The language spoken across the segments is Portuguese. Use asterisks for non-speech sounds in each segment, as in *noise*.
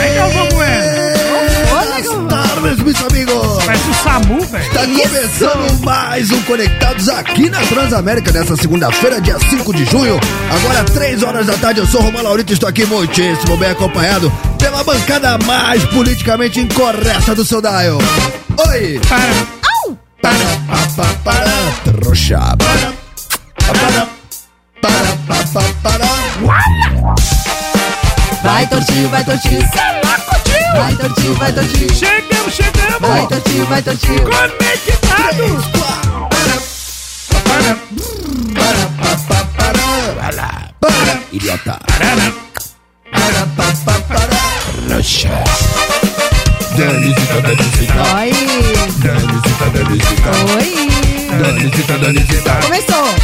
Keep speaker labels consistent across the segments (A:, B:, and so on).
A: Aí é o Bobo Bueno.
B: Boas tardes, meus amigos!
A: Parece o SAMU, velho.
B: Tá começando mais um Conectados aqui na Transamérica nessa segunda-feira, dia 5 de junho. Agora, 3 horas da tarde, eu sou Romão Laurito e estou aqui muitíssimo bem acompanhado pela bancada mais politicamente incorreta do seu dial. Oi!
A: Para.
B: Para, pa, pa, para, trouxa. Para, pa, para, para, pa, pa, para.
C: Vai tortinho, vai tortinho. Vai tortinho, vai tortinho. Vai
A: Chegamos, chegamos.
C: tortinho, vai tortinho.
A: Conectado.
B: Três, quatro, para, pa, pa, para. Para, idiota. Para, pa, pa, para, trouxa. Danisita, danisita.
C: Oi,
B: Danisita, danisita.
C: oi.
B: Danisita, danisita.
C: Começou.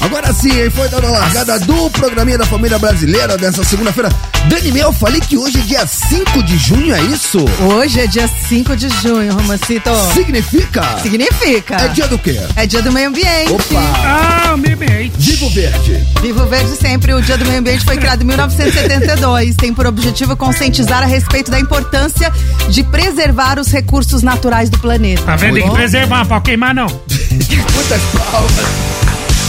B: Agora sim, hein? Foi dando a largada do programinha da família brasileira dessa segunda-feira. Dani Mel, falei que hoje é dia 5 de junho, é isso?
C: Hoje é dia 5 de junho, Romancito.
B: Significa?
C: Significa.
B: É dia do quê?
C: É dia do meio ambiente.
B: Opa!
A: Ah, o meu bem.
B: Vivo Verde.
C: Vivo Verde Sempre, o Dia do Meio Ambiente foi criado em 1972. Tem por objetivo conscientizar a respeito da importância de preservar os recursos naturais do planeta.
A: Tá vendo? Tem que
B: Bom.
A: preservar pra queimar, não.
B: Muitas palmas.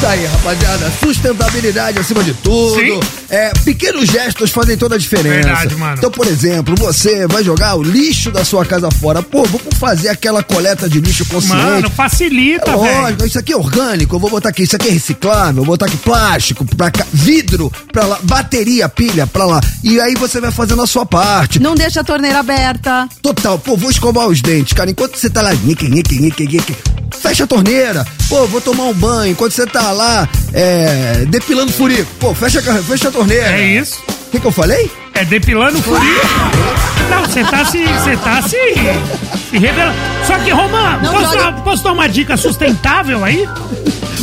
B: Tá aí, rapaziada. Sustentabilidade acima de tudo.
A: Sim.
B: É, pequenos gestos fazem toda a diferença.
A: Verdade, mano.
B: Então, por exemplo, você vai jogar o lixo da sua casa fora. Pô, vamos fazer aquela coleta de lixo consciente.
A: Mano, facilita,
B: É
A: velho.
B: lógico, isso aqui é orgânico, eu vou botar aqui, isso aqui é reciclável, eu vou botar aqui plástico, pra cá, vidro pra lá, bateria, pilha pra lá. E aí você vai fazendo a sua parte.
C: Não deixa a torneira aberta.
B: Total, pô, vou escovar os dentes, cara, enquanto você tá lá, nique, nique, nique, nique, fecha a torneira, pô, vou tomar um banho, enquanto você tá lá, é, depilando furico, pô, fecha, a- fecha a torneira.
A: É isso.
B: O que que eu falei?
A: É depilando o furinho. Não, você tá se. Você tá se. Se revelando. Só que, Romã,
C: Não
A: posso,
C: joga-
A: dar- posso dar uma dica sustentável aí?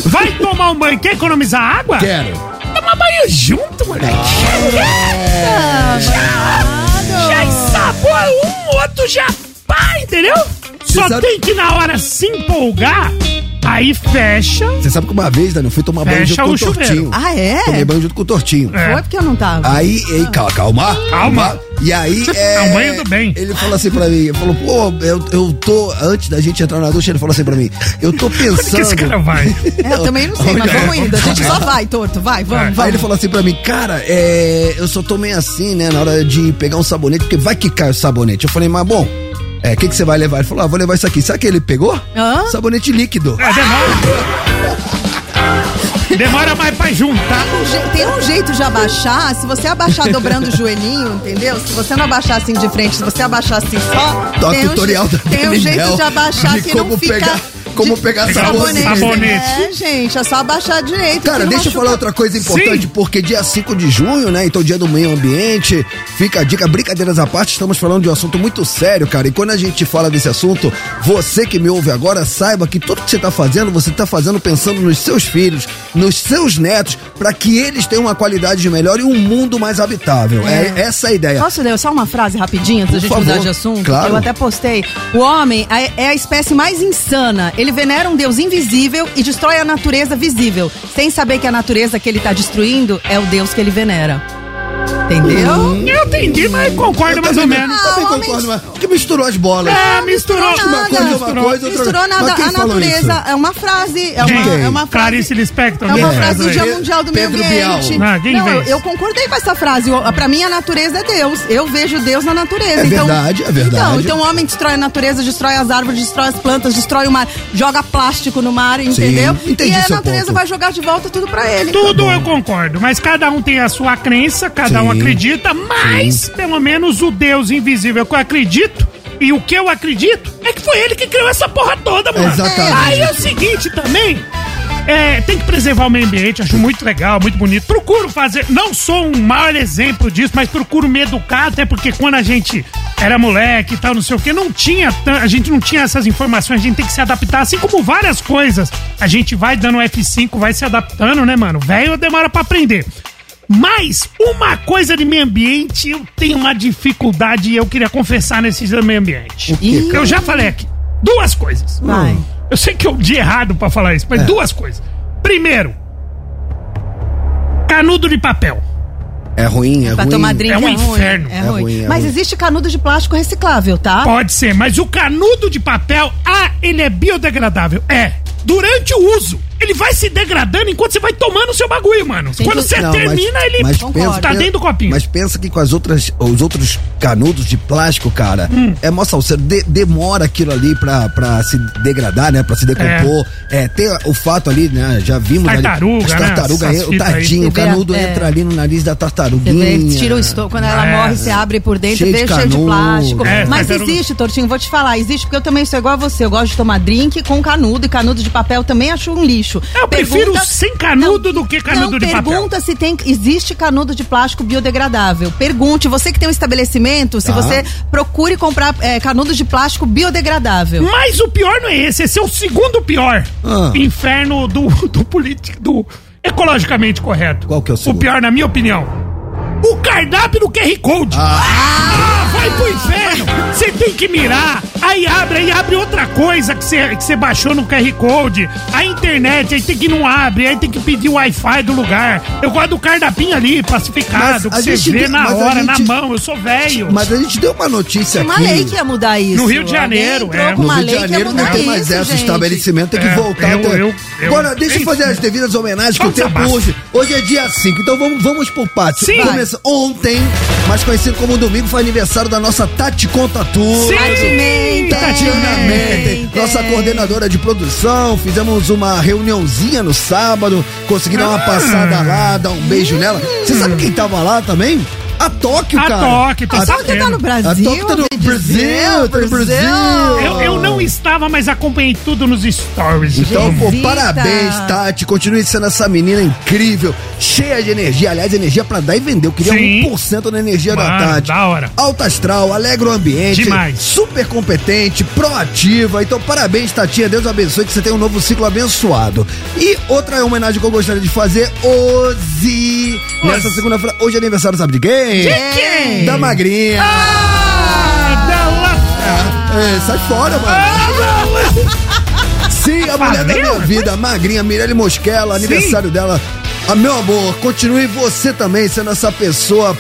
A: Vai tomar um banho, quer economizar água?
B: Quero.
A: Toma banho junto, moleque.
B: Ah,
A: Já ensabou um, outro já pá, entendeu? Só
B: sabe-
A: tem que na hora se empolgar, aí fecha.
B: Você sabe que uma vez, Dani, eu fui tomar banho
A: Fecha
B: junto com
A: o
B: o Tortinho.
A: chuveiro.
C: Ah, é?
B: Tomei banho junto com o Tortinho.
A: É.
C: Foi porque eu não tava.
B: Aí, ei, calma, calma.
A: Calma.
B: E
A: *laughs*
B: aí, é.
A: Calma aí, tudo bem.
B: Ele falou assim pra mim, ele falou, pô, eu, eu tô. Antes da gente entrar na ducha, ele falou assim pra mim, eu
A: *laughs*
B: tô
A: Onde que esse cara
B: pensando.
A: vai?
C: É, eu também não sei, mas
B: Olha,
C: vamos indo. A gente
B: é.
C: só vai, torto. Vai,
A: É.
C: vamos,
B: Aí ele
C: vamos.
B: falou assim pra mim, cara, é, eu só tô meio assim, né, na hora de pegar um sabonete, porque vai que cai o sabonete. Eu falei, mas bom, é, o que, que você vai levar? Ele falou, ah, vou levar isso aqui. Sabe o que ele pegou?
C: Hã?
B: Sabonete líquido.
A: É, demora. Demora mais pra juntar.
C: Um je- Tem um jeito de abaixar, se você abaixar dobrando o joelhinho, entendeu? Se você não abaixar assim de frente, se você abaixar assim só.
B: Tá o
C: tem um
B: tutorial
C: je-
B: da
C: Tem um
B: Dani
C: jeito
B: Mel
C: de abaixar
B: de
C: que
B: como
C: não fica.
B: pegar- como pegar sabonete.
A: Sabonete.
C: É, gente, é só abaixar direito. que
B: Cara,
C: não
B: deixa eu
C: machuca.
B: falar outra coisa importante,
A: Sim.
B: porque dia 5 de junho, né? Então, dia do meio ambiente, fica a dica, brincadeiras à parte, estamos falando de um assunto muito sério, cara. E quando a gente fala desse assunto, você que me ouve agora, saiba que tudo que você tá fazendo, você tá fazendo pensando nos seus filhos, nos seus netos, pra que eles tenham uma qualidade melhor e um mundo mais habitável. É, essa é a ideia.
C: Posso ler só uma frase rapidinha antes
B: Por
C: da gente
B: favor,
C: mudar de assunto?
B: claro.
C: Eu até postei. O homem é- é a espécie mais insana. Ele venera um deus invisível e destrói a natureza visível, sem saber que a natureza que ele tá destruindo é o deus que ele venera. Entendeu?
B: Hum.
A: Eu entendi, mas concordo mais ou
B: também,
A: menos.
B: também
C: Ah, homem-
B: concordo, mas que misturou as bolas.
A: É, misturou.
C: Nada.
B: Ah, Uma coisa é uma coisa, outra- Mas
C: Misturou nada.
B: quem
C: A
B: falou
C: natureza
B: isso?
C: é uma frase. É uma,
B: Quem?
C: é uma frase.
A: Clarice Lispector.
C: É uma
A: né?
C: frase do Dia
B: Pedro-
C: Mundial do Meio
B: Pedro Bial.
C: Ambiente.
A: Ah, quem
C: Não, eu,
A: fez?
C: eu concordei com essa frase. Eu- Pra mim, a natureza é Deus. Eu vejo Deus na natureza.
B: É
C: então,
B: verdade, é
C: Então,
B: verdade.
C: então o homem destrói a natureza, destrói as árvores, destrói as plantas, destrói o mar, joga plástico no mar, entendeu?
B: entendi
C: e aí a
B: seu
C: natureza
B: ponto.
C: vai jogar de volta tudo pra ele.
A: Tudo eu concordo, mas cada um tem a sua crença, cada um
B: Sim.
A: acredita, mas pelo menos o Deus invisível que eu acredito e o que eu acredito é que foi ele que criou essa porra toda, mano.
B: Exatamente.
A: Aí é o seguinte também, é, tem que preservar o meio ambiente, acho muito legal, muito bonito. Procuro fazer, não sou um maior exemplo disso, mas procuro me educar, até porque quando a gente era moleque e tal, não sei o que, não tinha, tan- a gente não tinha essas informações, a gente tem que se adaptar, assim como várias coisas. A gente vai dando F5, vai se adaptando, né, mano? Velho demora pra aprender. Mas uma coisa de meio ambiente, eu tenho uma dificuldade e eu queria confessar nesse exame meio ambiente.
B: quê,
A: Eu já falei aqui, duas coisas.
C: Vai.
A: Eu sei que é um dia errado pra falar isso, mas
B: É.
A: duas coisas. Primeiro, canudo de papel.
B: É ruim, é
C: Pra
B: ruim.
C: tomar drink
A: É um
C: ruim,
A: inferno.
C: É,
A: É
C: ruim.
B: ruim, é
C: Mas
B: ruim.
C: existe canudo de plástico reciclável, tá?
A: Pode ser, mas o canudo de papel, ah, ele é biodegradável. É. Durante o uso, ele vai se degradando enquanto você vai tomando o seu bagulho, mano.
C: Sim.
A: Quando você
B: Não, mas-
A: termina, ele
B: mas
C: Concordo.
B: pensa-
A: tá dentro do copinho.
B: Mas pensa que com as outras, os outros canudos de plástico, cara,
A: Hum.
B: é mó salseiro. De- demora aquilo ali pra, pra se degradar, né? Pra se decompor. É. tem o fato ali, né? Já vimos ali.
A: Tartaruga,
B: as
A: né?
B: tartaruga,
A: Essas
B: aí, o
A: fitas aí.
B: tadinho, o
C: Você vê a-
B: canudo
C: é.
B: entra ali no nariz da
C: Você vê,
B: tartaruga.
C: tira o estômago, quando ela
A: É.
C: morre, você abre por dentro,
B: Cheio
C: cheio vê
B: de
C: cheio de
B: canudo.
C: plástico.
A: É,
C: Mas
A: mas era um-
C: existe, Tortinho, vou te falar, existe, porque eu também sou igual a você. Eu gosto de tomar drink com canudo, e canudo de papel também acho um lixo.
A: É, Eu prefiro sem canudo do que canudo
C: não,
A: de papel.
C: pergunta se tem, existe canudo de plástico biodegradável. Pergunte, você que tem um estabelecimento, se
B: Tá.
C: você procure comprar é, canudo de plástico
B: Hum,
C: biodegradável.
A: Mas o pior não é esse, esse é o segundo pior.
B: Ah.
A: Inferno do, do político, do ecologicamente correto.
B: Qual que é o
A: O
B: segundo?
A: pior, na minha opinião, o cardápio do QR Code. Ah, vai pro inferno! Você tem que mirar, aí abre, aí abre outra coisa que você que você baixou no QR Code, a internet, aí tem que não abre, aí tem que pedir o Wi-Fi do lugar. Eu gosto do cardapinho ali,
B: Mas
A: pacificado,
B: a
A: que você
B: gente
A: vê
B: tem-
A: na
B: mas a
A: hora, na
B: gente-
A: mão, eu sou velho.
B: Mas a gente deu uma notícia
C: Tem uma
B: é aqui.
C: lei que ia mudar isso.
A: No Rio de Janeiro,
C: Alguém entrou
A: é.
C: com
B: No
C: uma
B: Rio de
C: lei que ia
B: Janeiro não
C: mudar
B: tem mais
C: isso,
B: essa, o
C: gente.
B: estabelecimento tem que
A: É,
B: voltar.
A: eu-
B: até-
A: eu- eu-
B: Agora, deixa eu
A: Enfim. um
B: fazer as devidas homenagens que eu
A: Vamos
B: tenho
A: abaixo.
B: hoje. Hoje é dia 5, então vamos, vamos por partes.
A: Sim.
B: Começa ontem, mas conhecido como domingo, foi aniversário da nossa Tati Contatu.
A: Sim.
C: Tatiana
B: Tatiana Menten,
C: Menten.
B: nossa coordenadora de produção, fizemos uma reuniãozinha no sábado, consegui dar uma
A: Ah.
B: passada lá, dar um
C: Hum.
B: beijo nela. Você sabe quem tava lá também? A Tóquio,
A: A
B: cara.
A: Tóquio, tá
C: Só que tá no Brasil.
B: A Tóquio tá no
C: bem
B: Brasil,
C: dizer,
B: tá no Brasil.
A: Eu, eu não estava, mas acompanhei tudo nos stories.
B: Então, pô,
C: Visita.
B: parabéns, Tati. Continue sendo essa menina incrível, cheia de energia. Aliás, energia pra dar e vender. Eu queria
A: Sim.
B: 1% da energia da
A: Mano,
B: Tati.
A: da hora.
B: Alta astral, alegra o ambiente.
A: Demais.
B: Super competente, proativa. Então, parabéns, Tatinha. Deus abençoe que você tenha um novo ciclo abençoado. E outra homenagem que eu gostaria de fazer, Ozi. Nessa segunda-feira, hoje é aniversário, sabe de quem?
A: quem?
B: Da Magrinha.
A: Ah, da lá-
B: É, sai fora, mano.
A: ah, da lá-
B: Sim, a mulher da minha
A: Valeu.
B: vida, a magrinha Mirelle Mosquela, aniversário dela. Ah, meu amor, continue você também sendo essa pessoa.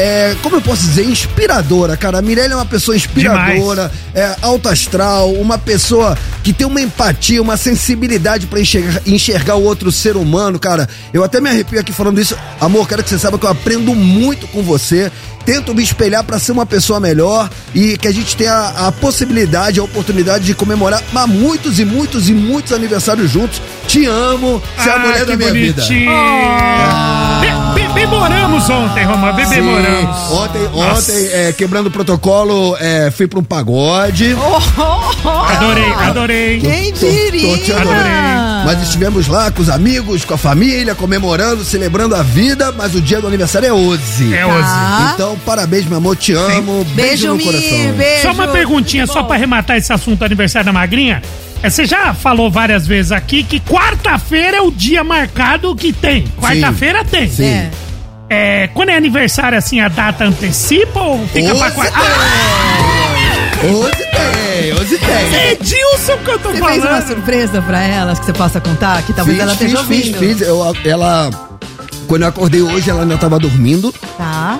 B: É, como eu posso dizer, inspiradora, cara. A Mirelle é uma pessoa inspiradora, é, alta astral, uma pessoa que tem uma empatia, uma sensibilidade pra enxergar, enxergar o outro ser humano, cara. Eu até me arrepio aqui falando isso. Amor, quero que você saiba que eu aprendo muito com você. Tento me espelhar pra ser uma pessoa melhor e que a gente tenha a, a possibilidade, a oportunidade de comemorar mas muitos e muitos e muitos aniversários juntos. Te amo, você é a
A: Ah,
B: mulher
A: que
B: da minha vida. Ah.
A: bonitinho. Be- be- Bemoramos ontem, Roma, bemoramos.
B: Sim. Ontem,
A: Nossa.
B: ontem é, quebrando o protocolo, é, fui pra um pagode.
A: Adorei,
B: Ah.
A: adorei.
C: Quem
B: Tô- tô- tô te
C: diria?
A: adorando.
B: Mas estivemos lá com os amigos, com a família, comemorando, celebrando a vida, mas o dia do aniversário é hoje.
A: É hoje.
C: Ah.
B: Então, parabéns, meu amor, te amo. Beijo,
C: Beijo,
B: no coração.
C: Mi, beijo.
A: Só uma perguntinha, só pra arrematar esse assunto do aniversário da Magrinha. É, Você já falou várias vezes aqui que quarta-feira é o dia marcado que tem. Quarta-feira tem.
B: Sim.
C: É.
A: É, quando é aniversário, assim, a data antecipa ou fica pra
B: Hoje
A: quarta? Ah,
B: tem! Hoje tem, hoje tem.
A: É Edilson que eu tô
C: Você fez uma
A: falando.
C: surpresa pra elas que você possa contar? Que talvez
B: Fiz,
C: ela esteja
B: fiz, fiz,
C: ouvindo.
B: fiz. Eu- ela. Quando eu acordei hoje, ela ainda tava dormindo.
C: Tá?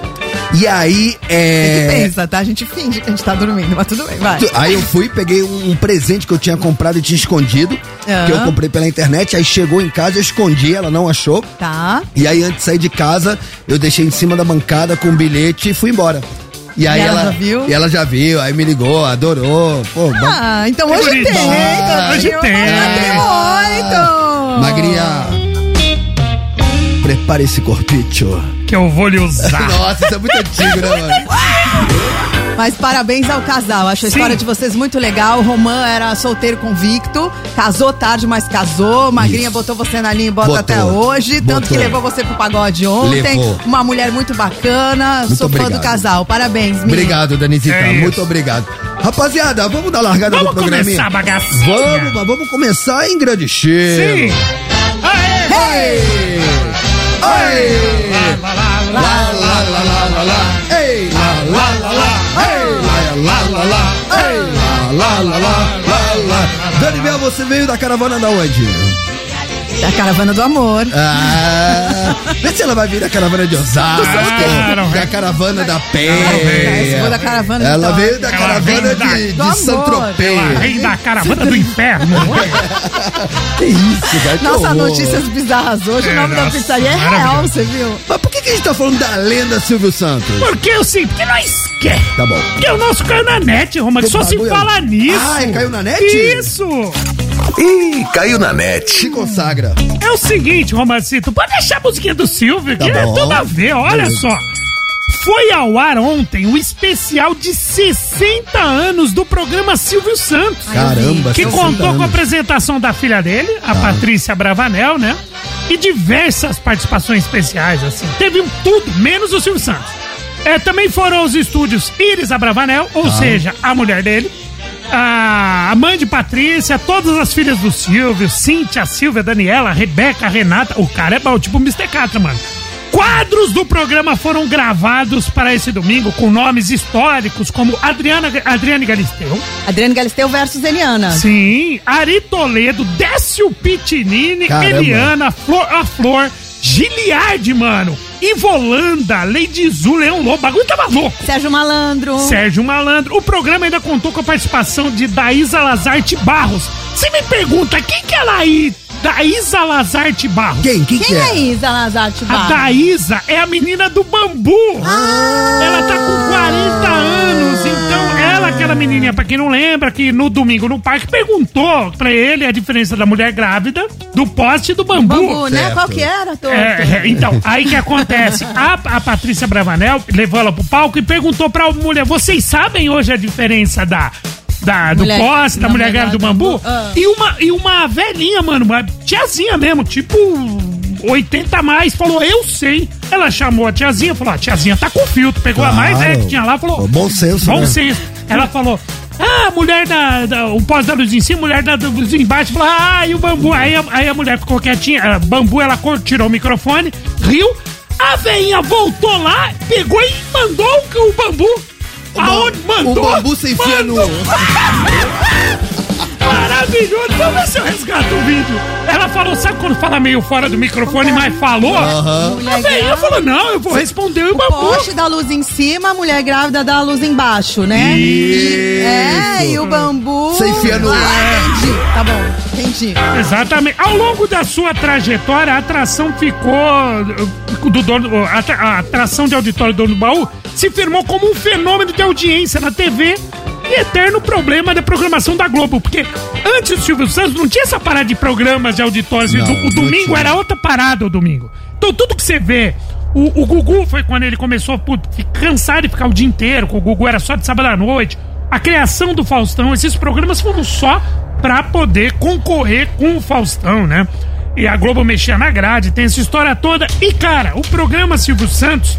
B: E aí,
C: A gente
B: é.
C: pensa, tá? A gente finge que a gente tá dormindo, mas tudo bem, vai.
B: Aí eu fui, peguei um, um presente que eu tinha comprado e tinha escondido.
C: Ah.
B: Que eu comprei pela internet. Aí chegou em casa, eu escondi, ela não achou.
C: Tá?
B: E aí, antes de sair de casa, eu deixei em cima da bancada com o bilhete e fui embora. E aí
C: E ela
B: ela,
C: já viu?
B: E ela já viu, aí me ligou, adorou. Pô, ma-
C: Ah, então hoje
A: bonito.
C: tem, hein?
B: Ah,
A: hoje
C: Tortinho?
A: tem.
C: Mas tem muito.
B: magrinha. Prepare esse corpicho.
A: Que eu vou lhe usar. *laughs*
B: Nossa, isso é muito antigo, né, mano?
C: Mas parabéns ao casal. Acho a
A: Sim.
C: história de vocês muito legal. O Romã era solteiro convicto, casou tarde, mas casou. Magrinha
B: Isso.
C: botou você na linha e bota
B: Botou.
C: até hoje. Tanto que
B: Botou.
C: levou você pro pagode ontem.
D: Levou.
C: Uma mulher muito bacana.
D: Muito
C: Sou fã do
D: obrigado.
C: casal. Parabéns, Mi.
D: Obrigado, Danizita.
A: É isso.
D: Muito obrigado.
B: Rapaziada, vamos dar largada
A: Vamos
B: do programinha?
A: começar a bagacinha.
B: Vamos, mas vamos começar em grande cheiro.
A: Sim. Aê!
B: Ei! Ei!
A: Lá, lá, lá, lá.
D: Lá, lá, lá, lá, lá, lá.
B: Ei!
D: Lá, lá, lá, lá. Ei, lá, lá, lá, lá. Ei, lá, lá, lá, lá, lá, lá.
B: Dani Mel, você veio da caravana da onde?
C: Da caravana do amor.
B: Ah, vê se ela vai vir da caravana de Osasco,
A: Ah, não,
D: Da
A: é.
D: caravana da
C: É, se for da
D: pé.
C: caravana
B: Ela
C: então.
B: veio da
A: Ela
B: caravana
A: vem da-
B: de,
C: do amor.
B: de Santropê.
A: Ela Rei da caravana do inferno.
B: Que isso, cara? que
C: Nossa,
B: horror.
C: notícias bizarras hoje.
A: É,
C: o nome da
A: nossa,
C: pizzaria é real,
A: maravilhoso.
C: você viu?
B: Mas por que, que a gente tá falando da lenda Silvio Santos?
A: Porque eu sei, porque nós quer.
B: Tá bom.
A: Porque o nosso caiu na net, Roma, que só se
B: bagulho- é
A: fala nisso.
B: Ai, caiu na net?
A: Isso!
E: Ih, caiu na net.
B: Se consagra.
A: É o seguinte, Romancito, pode deixar a musiquinha do Silvio,
B: Tá
A: que é
B: bom.
A: tudo a ver, olha
B: Beleza.
A: só. Foi ao ar ontem o especial de 60 anos do programa Silvio Santos.
B: Caramba,
A: que
B: 60
A: contou com
B: anos.
A: a apresentação da filha dele, a Patrícia Bravanel, né? E diversas participações especiais, assim. Teve um tudo, menos o Silvio Santos. É, também foram aos estúdios Iris Abravanel, ou seja, a mulher dele, a a mãe de Patrícia, todas as filhas do Silvio, Cíntia, Silvia, Daniela, Rebeca, Renata. O cara é bom, tipo o Mr. Catra, mano. Quadros do programa foram gravados para esse domingo com nomes históricos como Adriana, Adriane Galisteu,
C: Adriano Galisteu versus Eliana.
A: Sim, Ari Toledo, Décio Pitinini,
B: Caramba.
A: Eliana, Flor a Flor, Giliardi, mano, Ivolanda, Lady Zu, Leão Lobo, o bagulho tava louco.
C: Sérgio Malandro.
A: Sérgio Malandro, o programa ainda contou com a participação de Daísa Lazarte Barros. Você me pergunta, quem que é a Laí- Daísa Lazarte Barros?
B: Quem? Quem, que
C: Quem
B: é?
C: é Isa Lazarte
A: A
C: Barros?
A: Daísa é a menina do bambu.
C: Ah,
A: Ela tá com 40 anos, então ela, aquela menininha, pra quem não lembra, que no domingo no parque perguntou pra ele a diferença da mulher grávida, do poste e do bambu.
C: Bambu, né?
B: Certo.
C: Qual que era, Torto?
A: É, é, então, aí que acontece? A, a Patrícia Bravanel levou ela pro palco e perguntou pra mulher: vocês sabem hoje a diferença da. Da, do
C: Mulher-
A: poste, da
C: não,
A: mulher
C: melhor,
A: grávida do bambu?
C: ah.
A: E, uma, e uma velhinha, mano, uma tiazinha mesmo, tipo 80 a mais, falou, eu sei. Ela chamou a tiazinha, falou, a tiazinha tá com filtro, pegou a mais
B: Claro.
A: velha que tinha lá, falou.
B: Bom senso,
A: Bom
B: né?
A: senso. Ela falou. Ah, mulher da, da- O pós da luz em cima, mulher da luz embaixo. Falou, ah, e o bambu. Aí a, aí a mulher ficou quietinha. ah, bambu, ela cor- tirou o microfone, riu. A veinha voltou lá, pegou e mandou o, o bambu. Aonde mandou?
B: O bambu se enfia no.
A: mandou. Maravilhoso! Vamos ver se eu resgato o vídeo. Ela falou, sabe quando fala meio fora do microfone, mas falou?
C: Mulher
A: A veinha
C: grávida.
A: falou, não, eu vou responder o bambu.
C: Poste dá luz em cima, a mulher grávida dá a luz embaixo, né?
B: Isso.
C: É, e o bambu.
B: Você enfia no-
C: Ah, entendi. Tá bom, entendi.
A: Exatamente. Ao longo da sua trajetória, a atração ficou. uh, Do dono, a atra- a atração de auditório do dono do baú se firmou como um fenômeno de audiência na TV e eterno problema da programação da Globo. Porque antes do Silvio Santos não tinha essa parada de programas de auditórios.
B: Não,
A: Do- o
B: não
A: domingo
B: tinha.
A: era outra parada, o domingo. Então tudo que você vê. O, o Gugu foi quando ele começou a put- fi- cansar de ficar o dia inteiro, com o Gugu era só de sábado à noite. A criação do Faustão, esses programas foram só pra poder concorrer com o Faustão, né? E a Globo mexia na grade, tem essa história toda. E, cara, o programa Silvio Santos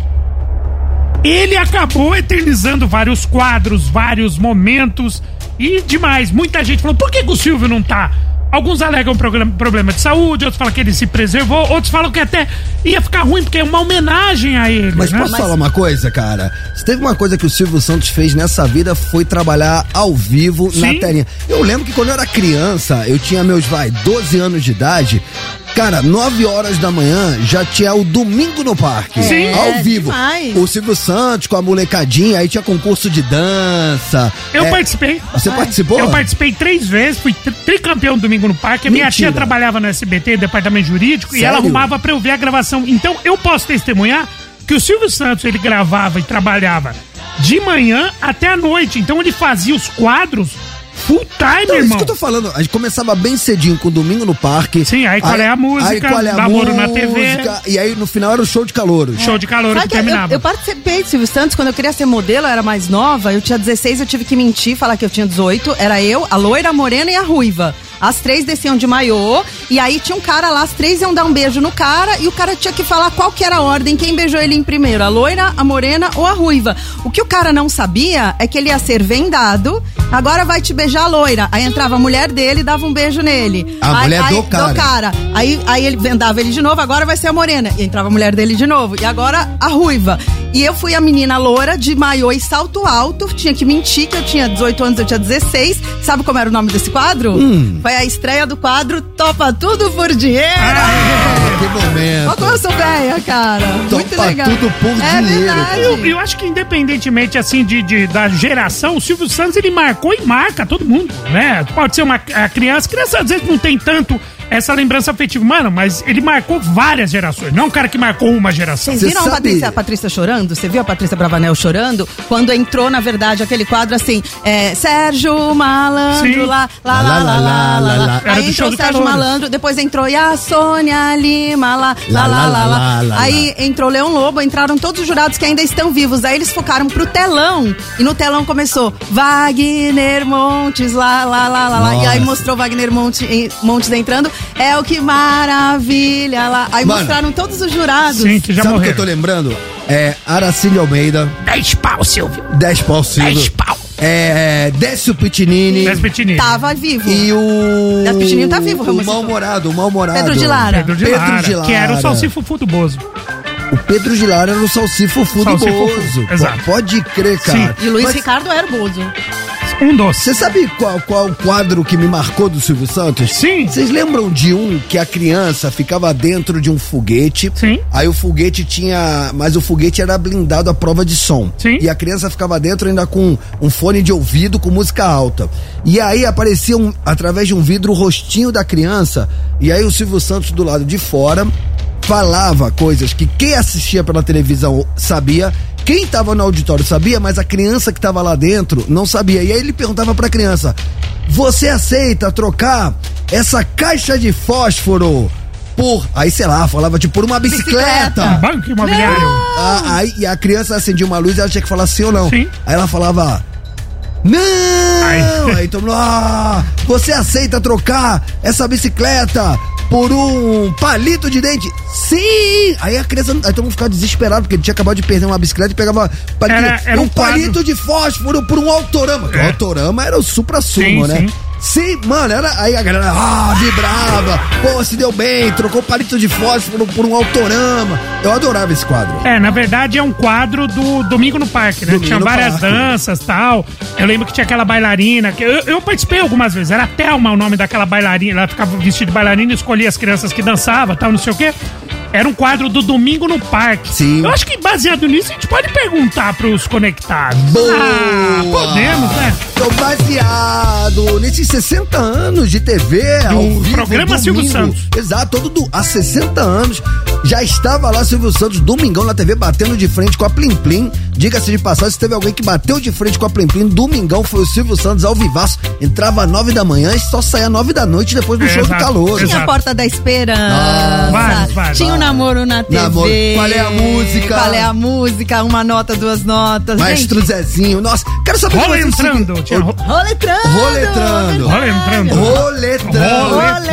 A: ele acabou eternizando vários quadros, vários momentos e demais. Muita gente falou: por que, que o Silvio não tá? Alguns alegam programa- problema de saúde, outros falam que ele se preservou, outros falam que até ia ficar ruim porque é uma homenagem a ele.
B: Mas
A: né?
B: posso falar uma coisa, cara? Se teve uma coisa que o Silvio Santos fez nessa vida foi trabalhar ao vivo
A: Sim.
B: na telinha. Eu lembro que quando eu era criança, eu tinha meus, vai, 12 anos de idade. Cara, 9 horas da manhã já tinha o Domingo no Parque.
A: Sim.
B: Ao
C: É,
B: vivo.
C: demais.
B: O Silvio Santos com a molecadinha, aí tinha concurso de dança.
A: Eu
B: É,
A: participei.
B: Você participou?
A: Eu participei três vezes, fui tri- tricampeão do Domingo no Parque. A minha
B: Mentira.
A: tia trabalhava no SBT, departamento jurídico, e
B: Sério?
A: ela arrumava pra eu ver a gravação. Então eu posso testemunhar que o Silvio Santos ele gravava e trabalhava de manhã até a noite. Então ele fazia os quadros full
B: Então,
A: time,
B: isso
A: irmão.
B: que eu tô falando. A gente começava bem cedinho com o Domingo no Parque.
A: Sim, aí qual é a música,
B: Aí qual é a
A: namoro
B: música,
A: na TV.
B: E aí no final era o show de calor.
A: Show de calor
C: Sabe
A: que
C: que eu,
A: terminava.
C: eu participei de Silvio Santos quando eu queria ser modelo, eu era mais nova, eu tinha 16, eu tive que mentir, falar que eu tinha 18. Era eu, a loira, a morena e a ruiva. As três desciam de maiô, e aí tinha um cara lá, as três iam dar um beijo no cara, e o cara tinha que falar qual que era a ordem, quem beijou ele em primeiro, a loira, a morena ou a ruiva. O que o cara não sabia é que ele ia ser vendado, agora vai te beijar a loira. Aí entrava a mulher dele e dava um beijo nele.
B: A
C: Aí-
B: mulher
C: aí-
B: do cara.
C: Do cara. Aí, aí ele vendava ele de novo, agora vai ser a morena. E entrava a mulher dele de novo. E agora a ruiva. E eu fui a menina loura de maiô e salto alto. Tinha que mentir que eu tinha 18 anos, eu tinha 16. Sabe como era o nome desse quadro?
B: Hum.
C: Foi a estreia do quadro Topa Tudo por Dinheiro.
B: Que momento.
C: Olha como eu sou velha, cara. Muito
B: Ah, é. Topa
C: legal.
B: Tudo por
C: é
B: Dinheiro,
C: Verdade.
A: Eu, eu acho que independentemente, assim, de, de- da geração, o Silvio Santos, ele marcou e marca todo mundo, né? Pode ser uma a criança, criança às vezes não tem tanto essa lembrança afetiva, mano, mas ele marcou várias gerações, não é um cara que marcou uma geração.
C: Vocês
B: Você
C: viram a
B: sabe-
C: Patrícia, a Patrícia chorando? Você viu a Patrícia Bravanel chorando? Quando entrou, na verdade, aquele quadro assim, é, Sérgio
A: Sim.
C: Malandro, lá, lá, lá, lá, lá, lá, lá.
A: Era do
C: Aí
A: show
C: entrou
A: do
C: o Sérgio
A: Calouros.
C: Malandro, depois entrou e a Sônia Lima, lá, lá, lá, lá, lá,
B: lá,
C: Aí entrou Leão Lobo, entraram todos os jurados que ainda estão vivos. Aí eles focaram pro telão, e no telão começou Wagner Montes, lá, lá, lá, lá, lá. E aí
B: Nossa.
C: mostrou Wagner Monte- Montes entrando, é o que maravilha, lá. Aí
B: Mano.
C: mostraram todos os jurados.
A: Sim, que já
B: Sabe o que eu
A: morreram.
B: tô lembrando? É Aracílio Almeida,
A: 10 pau, Silvio.
B: 10 pau Silva.
A: 10 pau.
B: É, Décio Pitinini.
A: 10 petininhos.
C: Tava vivo.
B: E o.
C: Décio Pitinini tá vivo,
B: O
C: Ramos.
B: mal-humorado, o mal-humorado.
C: Pedro de Lara.
A: Pedro de,
B: Pedro
A: Lara,
B: de Lara.
A: Que era o Salsifufu do Bozo.
B: O Pedro de Lara era o Salsifufu do
A: Salsifufu,
B: Bozo. Pô,
A: exato.
B: Pode crer, cara.
C: E Luiz
B: Mas
C: Ricardo era o Bozo.
A: Um doce.
B: Você sabe qual, qual o quadro que me marcou do Silvio Santos?
A: Sim.
B: Vocês lembram de um que a criança ficava dentro de um foguete?
A: Sim.
B: Aí o foguete tinha. Mas o foguete era blindado à prova de som.
A: Sim.
B: E a criança ficava dentro ainda com um fone de ouvido com música alta. E aí aparecia um- através de um vidro o rostinho da criança. E aí o Silvio Santos do lado de fora falava coisas que quem assistia pela televisão sabia. Quem tava no auditório sabia, mas a criança que tava lá dentro não sabia. E aí ele perguntava pra criança: Você aceita trocar essa caixa de fósforo por. Aí sei lá, falava tipo por uma bicicleta.
C: Bicicleta.
A: Banco imobiliário.
B: Ah, aí e a criança acendia uma luz e ela tinha que falar sim ou não.
A: Sim.
B: Aí ela falava. Não!
A: Ai.
B: *laughs* Aí todo mundo, ah, você aceita trocar essa bicicleta por um palito de dente? Sim! Aí a criança, aí todo mundo ficava desesperado porque ele tinha acabado de perder uma bicicleta e pegava palito,
A: Era- era
B: um,
A: um quadro.
B: palito de fósforo por um autorama. Que O
A: É.
B: autorama era o supra-sumo,
A: Sim,
B: né?
A: sim.
B: Sim, mano, era. Aí a galera, ah, vibrava, pô, se deu bem, trocou palito de fósforo por um autorama. Eu adorava esse quadro.
A: É, na verdade é um quadro do Domingo no Parque, né?
B: Domingo
A: tinha
B: no
A: várias
B: Parque.
A: danças tal. Eu lembro que tinha aquela bailarina. Que eu, eu participei algumas vezes. Era Thelma o nome daquela bailarina. Ela ficava vestida de bailarina e escolhia as crianças que dançavam tal, não sei o quê. Era um quadro do Domingo no Parque.
B: Sim.
A: Eu acho que baseado nisso a gente pode perguntar pros conectados.
B: Boa!
A: Ah, podemos, né?
B: Então, baseado nesses 60 anos de TV, ao vivo,
A: programa Silvio Santos.
B: Exato, todo do, há 60 anos já estava lá Silvio Santos, domingão na TV, batendo de frente com a Plim Plim. Diga-se de passagem, se teve alguém que bateu de frente com a Plim Plim, domingão foi o Silvio Santos ao vivaço. Entrava às 9 da manhã e só saía às 9 da noite depois do
A: É,
B: show
A: exato,
B: do calor.
A: exato.
C: Tinha a Porta da Esperança.
A: vários, vários.
C: Tinha o namoro na TV.
B: Namoro. Qual é a música?
C: Qual é a música? Uma nota, duas notas.
B: Maestro Zezinho, nossa, quero saber é
A: Rola
B: de vocês,
A: entrando. Tinha ro-
C: Roletrando.
B: Roletrando.
A: Rola entrando.
B: Roletrando.
A: Roletrando.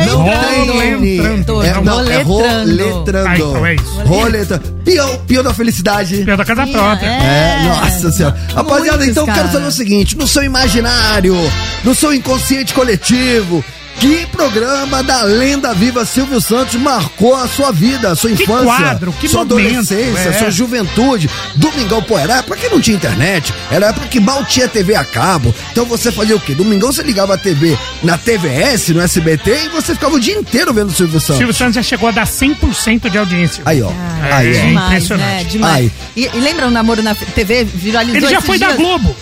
B: Não tem N.
A: Roletrando.
B: É, não, é
C: Roletrando.
B: roletrando.
A: Ah, então é isso.
B: Roletrando. Pião, pião da felicidade.
A: Pela casa
C: Tinha,
A: própria.
B: É, nossa senhora. Rapaziada,
C: Muitos,
B: então eu quero
C: cara.
B: saber o seguinte: no seu imaginário, no seu inconsciente coletivo, que programa da lenda viva Silvio Santos marcou a sua vida, a sua
A: Que
B: infância,
A: quadro, que
B: sua
A: momento,
B: adolescência,
A: é.
B: sua juventude? Domingão, pô, era época que não tinha internet, era época que mal tinha TV a cabo. Então você fazia o quê? Domingão você ligava a TV na TVS, no SBT, e você ficava o dia inteiro vendo Silvio Santos.
A: Silvio Santos já chegou a dar 100% de audiência.
B: Aí, ó. Aí,
A: é.
B: ó.
C: Demais,
A: Impressionante.
C: né? Demais.
B: Ai.
C: E, e lembra o namoro na TV? Viralizou
A: Ele já
C: esses
A: foi da
C: dias?
A: Globo.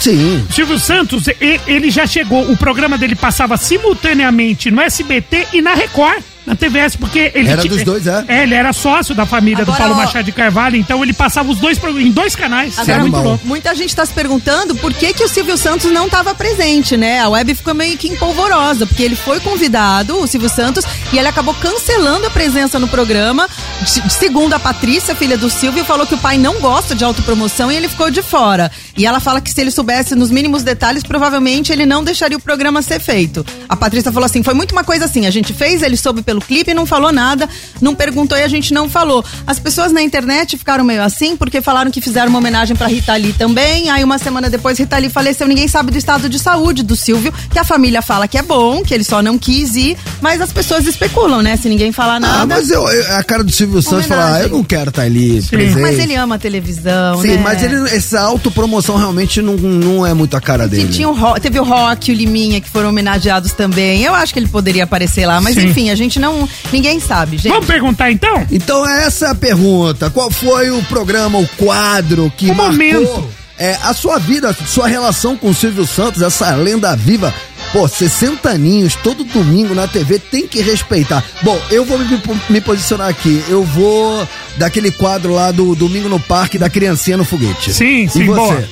B: Sim.
A: Silvio Santos, e- ele já chegou, o programa dele passava simultaneamente no SBT e na Record. Na TVS, porque ele.
B: Era
A: ti-
B: dos dois, é?
A: Ele era sócio da família do
C: Agora,
A: Paulo
C: ó.
A: Machado de Carvalho, então ele passava os dois pro- em dois canais.
C: Agora,
A: era é muito
B: bom.
A: louco.
C: Muita gente está se perguntando por que, que o Silvio Santos não estava presente, né? A web ficou meio que empolvorosa, porque ele foi convidado, o Silvio Santos, e ele acabou cancelando a presença no programa. De- de- Segundo a Patrícia, filha do Silvio, falou que o pai não gosta de autopromoção e ele ficou de fora. E ela fala que se ele soubesse nos mínimos detalhes, provavelmente ele não deixaria o programa ser feito. A Patrícia falou assim: foi muito uma coisa assim, a gente fez, ele soube pelo clipe, não falou nada, não perguntou e a gente não falou. As pessoas na internet ficaram meio assim porque falaram que fizeram uma homenagem pra Rita Lee também. Aí uma semana depois Rita Lee faleceu, ninguém sabe do estado de saúde do Silvio, que a família fala que é bom, que ele só não quis ir, mas as pessoas especulam, né? Se ninguém falar nada.
B: Ah, mas eu, eu- a cara do Silvio Santos falar, ah, eu não quero estar ali presente.
C: Mas ele ama a televisão,
B: Sim,
C: né?
B: mas ele, essa autopromoção realmente não, não é muito a cara
C: E
B: dele.
C: tinha um o Ro- teve o Rock e o Liminha que foram homenageados também. Eu acho que ele poderia aparecer lá, mas
A: Sim.
C: enfim, a gente não. Ninguém sabe, gente.
A: Vamos perguntar então?
B: Então essa é a pergunta. Qual foi o programa, o quadro que
A: O
B: marcou
A: Um momento.
B: é, a sua vida, a sua relação com o Silvio Santos, essa lenda viva? Pô, 60 aninhos, todo domingo na TV tem que respeitar. Bom, eu vou me, me posicionar aqui. Eu vou daquele quadro lá do Domingo no Parque da Criancinha no Foguete.
A: Sim, sim,
B: e você?
A: boa.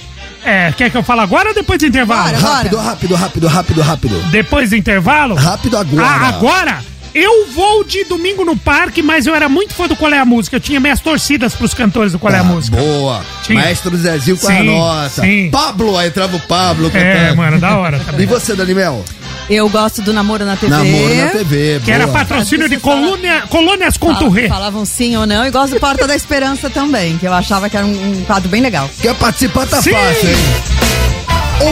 A: É, quer que eu fale agora ou depois do intervalo?
C: Bora.
B: Rápido, rápido, rápido, rápido, rápido.
A: Depois do intervalo?
B: Rápido agora.
A: Ah, agora? Eu vou de domingo no parque, mas eu era muito fã do Qual é a Música. Eu tinha minhas torcidas pros cantores do Qual é a
B: Ah,
A: Música.
B: Boa.
A: Tinha.
B: Maestro Zezinho com a
A: Sim,
B: nossa.
A: sim.
B: Pablo, aí entrava o Pablo
A: É,
B: cantando.
A: mano, da hora também.
B: E você, Dani Mel?
C: Eu gosto do namoro na TV.
B: Namoro na TV,
A: Que era
B: boa.
A: patrocínio
C: Você
A: de
C: fala-
A: colônia, colônias
C: Fala-
A: Conturré.
C: Falavam sim ou não, e gosto do Porta da Esperança também, que eu achava que era um, um quadro bem legal.
B: Quer participar, tá
A: Sim.
B: fácil, hein?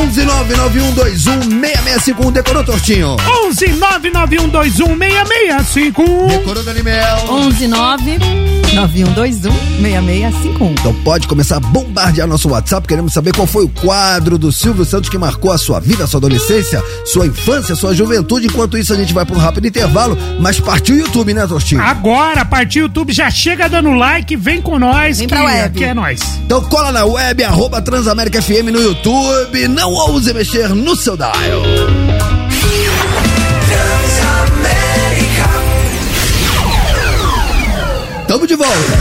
B: 11991216651, decorou, Tortinho?
A: 11 991216651.
B: Decorou, Dani Mel?
C: 119 9121 6651.
B: Então pode começar a bombardear nosso WhatsApp. Queremos saber qual foi o quadro do Silvio Santos que marcou a sua vida, a sua adolescência, sua infância, sua juventude. Enquanto isso, a gente vai pra um rápido intervalo, mas partiu o YouTube, né, Tortinho?
A: Ah. Agora, a partir do YouTube, já chega dando like, vem com nós,
C: Vem
A: que,
C: pra web.
A: que é nós.
B: Então cola na web, arroba Transamérica FM no YouTube. Não ouse mexer no seu dial. Tamo de volta.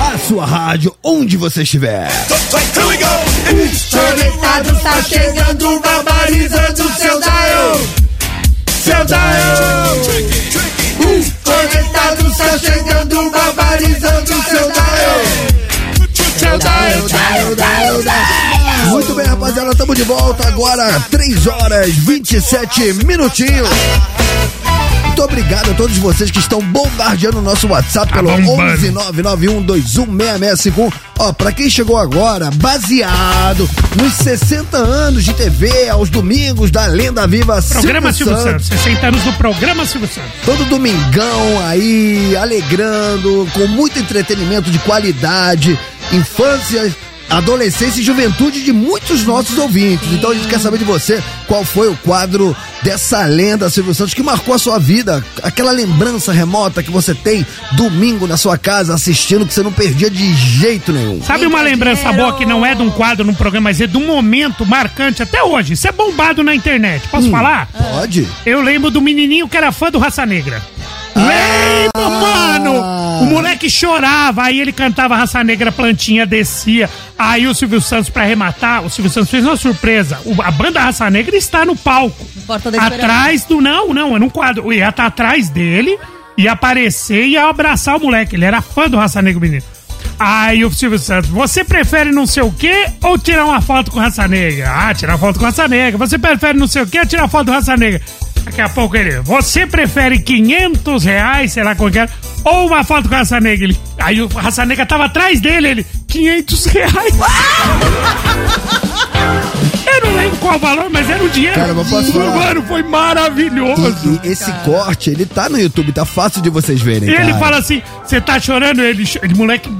B: A sua rádio, onde você estiver.
D: Conectado tá chegando, barbarizando o seu dial. Seu dial. Conectado tá chegando, barbarizando o seu dial. Seu dial, dial, dial, dial.
B: Muito bem, rapaziada, tamo de volta agora, 3 horas 27 minutinhos. Muito obrigado a todos vocês que estão bombardeando o nosso WhatsApp pelo
A: Tá bombando.
B: 11991216651. Ó, pra quem chegou agora, baseado nos 60 anos de TV, aos domingos da Lenda Viva
A: Programa Silvio Santos. 60 anos do programa Silvio Santos.
B: Todo domingão aí, alegrando, com muito entretenimento de qualidade, infância, adolescência e juventude de muitos nossos ouvintes. Então a gente quer saber de você qual foi o quadro dessa lenda, Silvio Santos, que marcou a sua vida, aquela lembrança remota que você tem domingo na sua casa assistindo, que você não perdia de jeito nenhum.
A: Sabe uma lembrança
C: Brincadeiro.
A: boa que não é de um quadro, num programa, mas é de um momento marcante até hoje? Isso é bombado na internet.
C: Hum.
A: Posso falar?
C: É.
B: Pode?
A: Eu lembro do menininho que era fã do Raça Negra. Lembro, mano! O moleque chorava, aí ele cantava Raça Negra, plantinha descia. Aí o Silvio Santos, pra arrematar, o Silvio Santos fez uma surpresa. O- a banda Raça Negra está no palco.
C: Porta da Tá Esperança.
A: atrás do. Não, não, é num quadro. Ia estar atrás dele, ia aparecer e ia abraçar o moleque. Ele era fã do Raça Negra, o menino. Aí o Silvio Santos, você prefere não sei o quê ou tirar uma foto com raça negra? Ah, tirar foto com raça negra. Você prefere não sei o quê ou tirar foto com raça negra? Daqui a pouco ele, você prefere 500 reais, sei lá qualquer, ou uma foto com raça negra? Ele, aí o raça negra tava atrás dele, ele, 500 reais. Eu não lembro qual o valor, mas era o dinheiro.
B: Cara, mas posso falar?
A: Mano, foi maravilhoso.
B: E, e esse corte, ele tá no YouTube, tá fácil de vocês verem.
A: E ele
B: cara.
A: fala assim: você tá chorando? Ele, cho- ele moleque,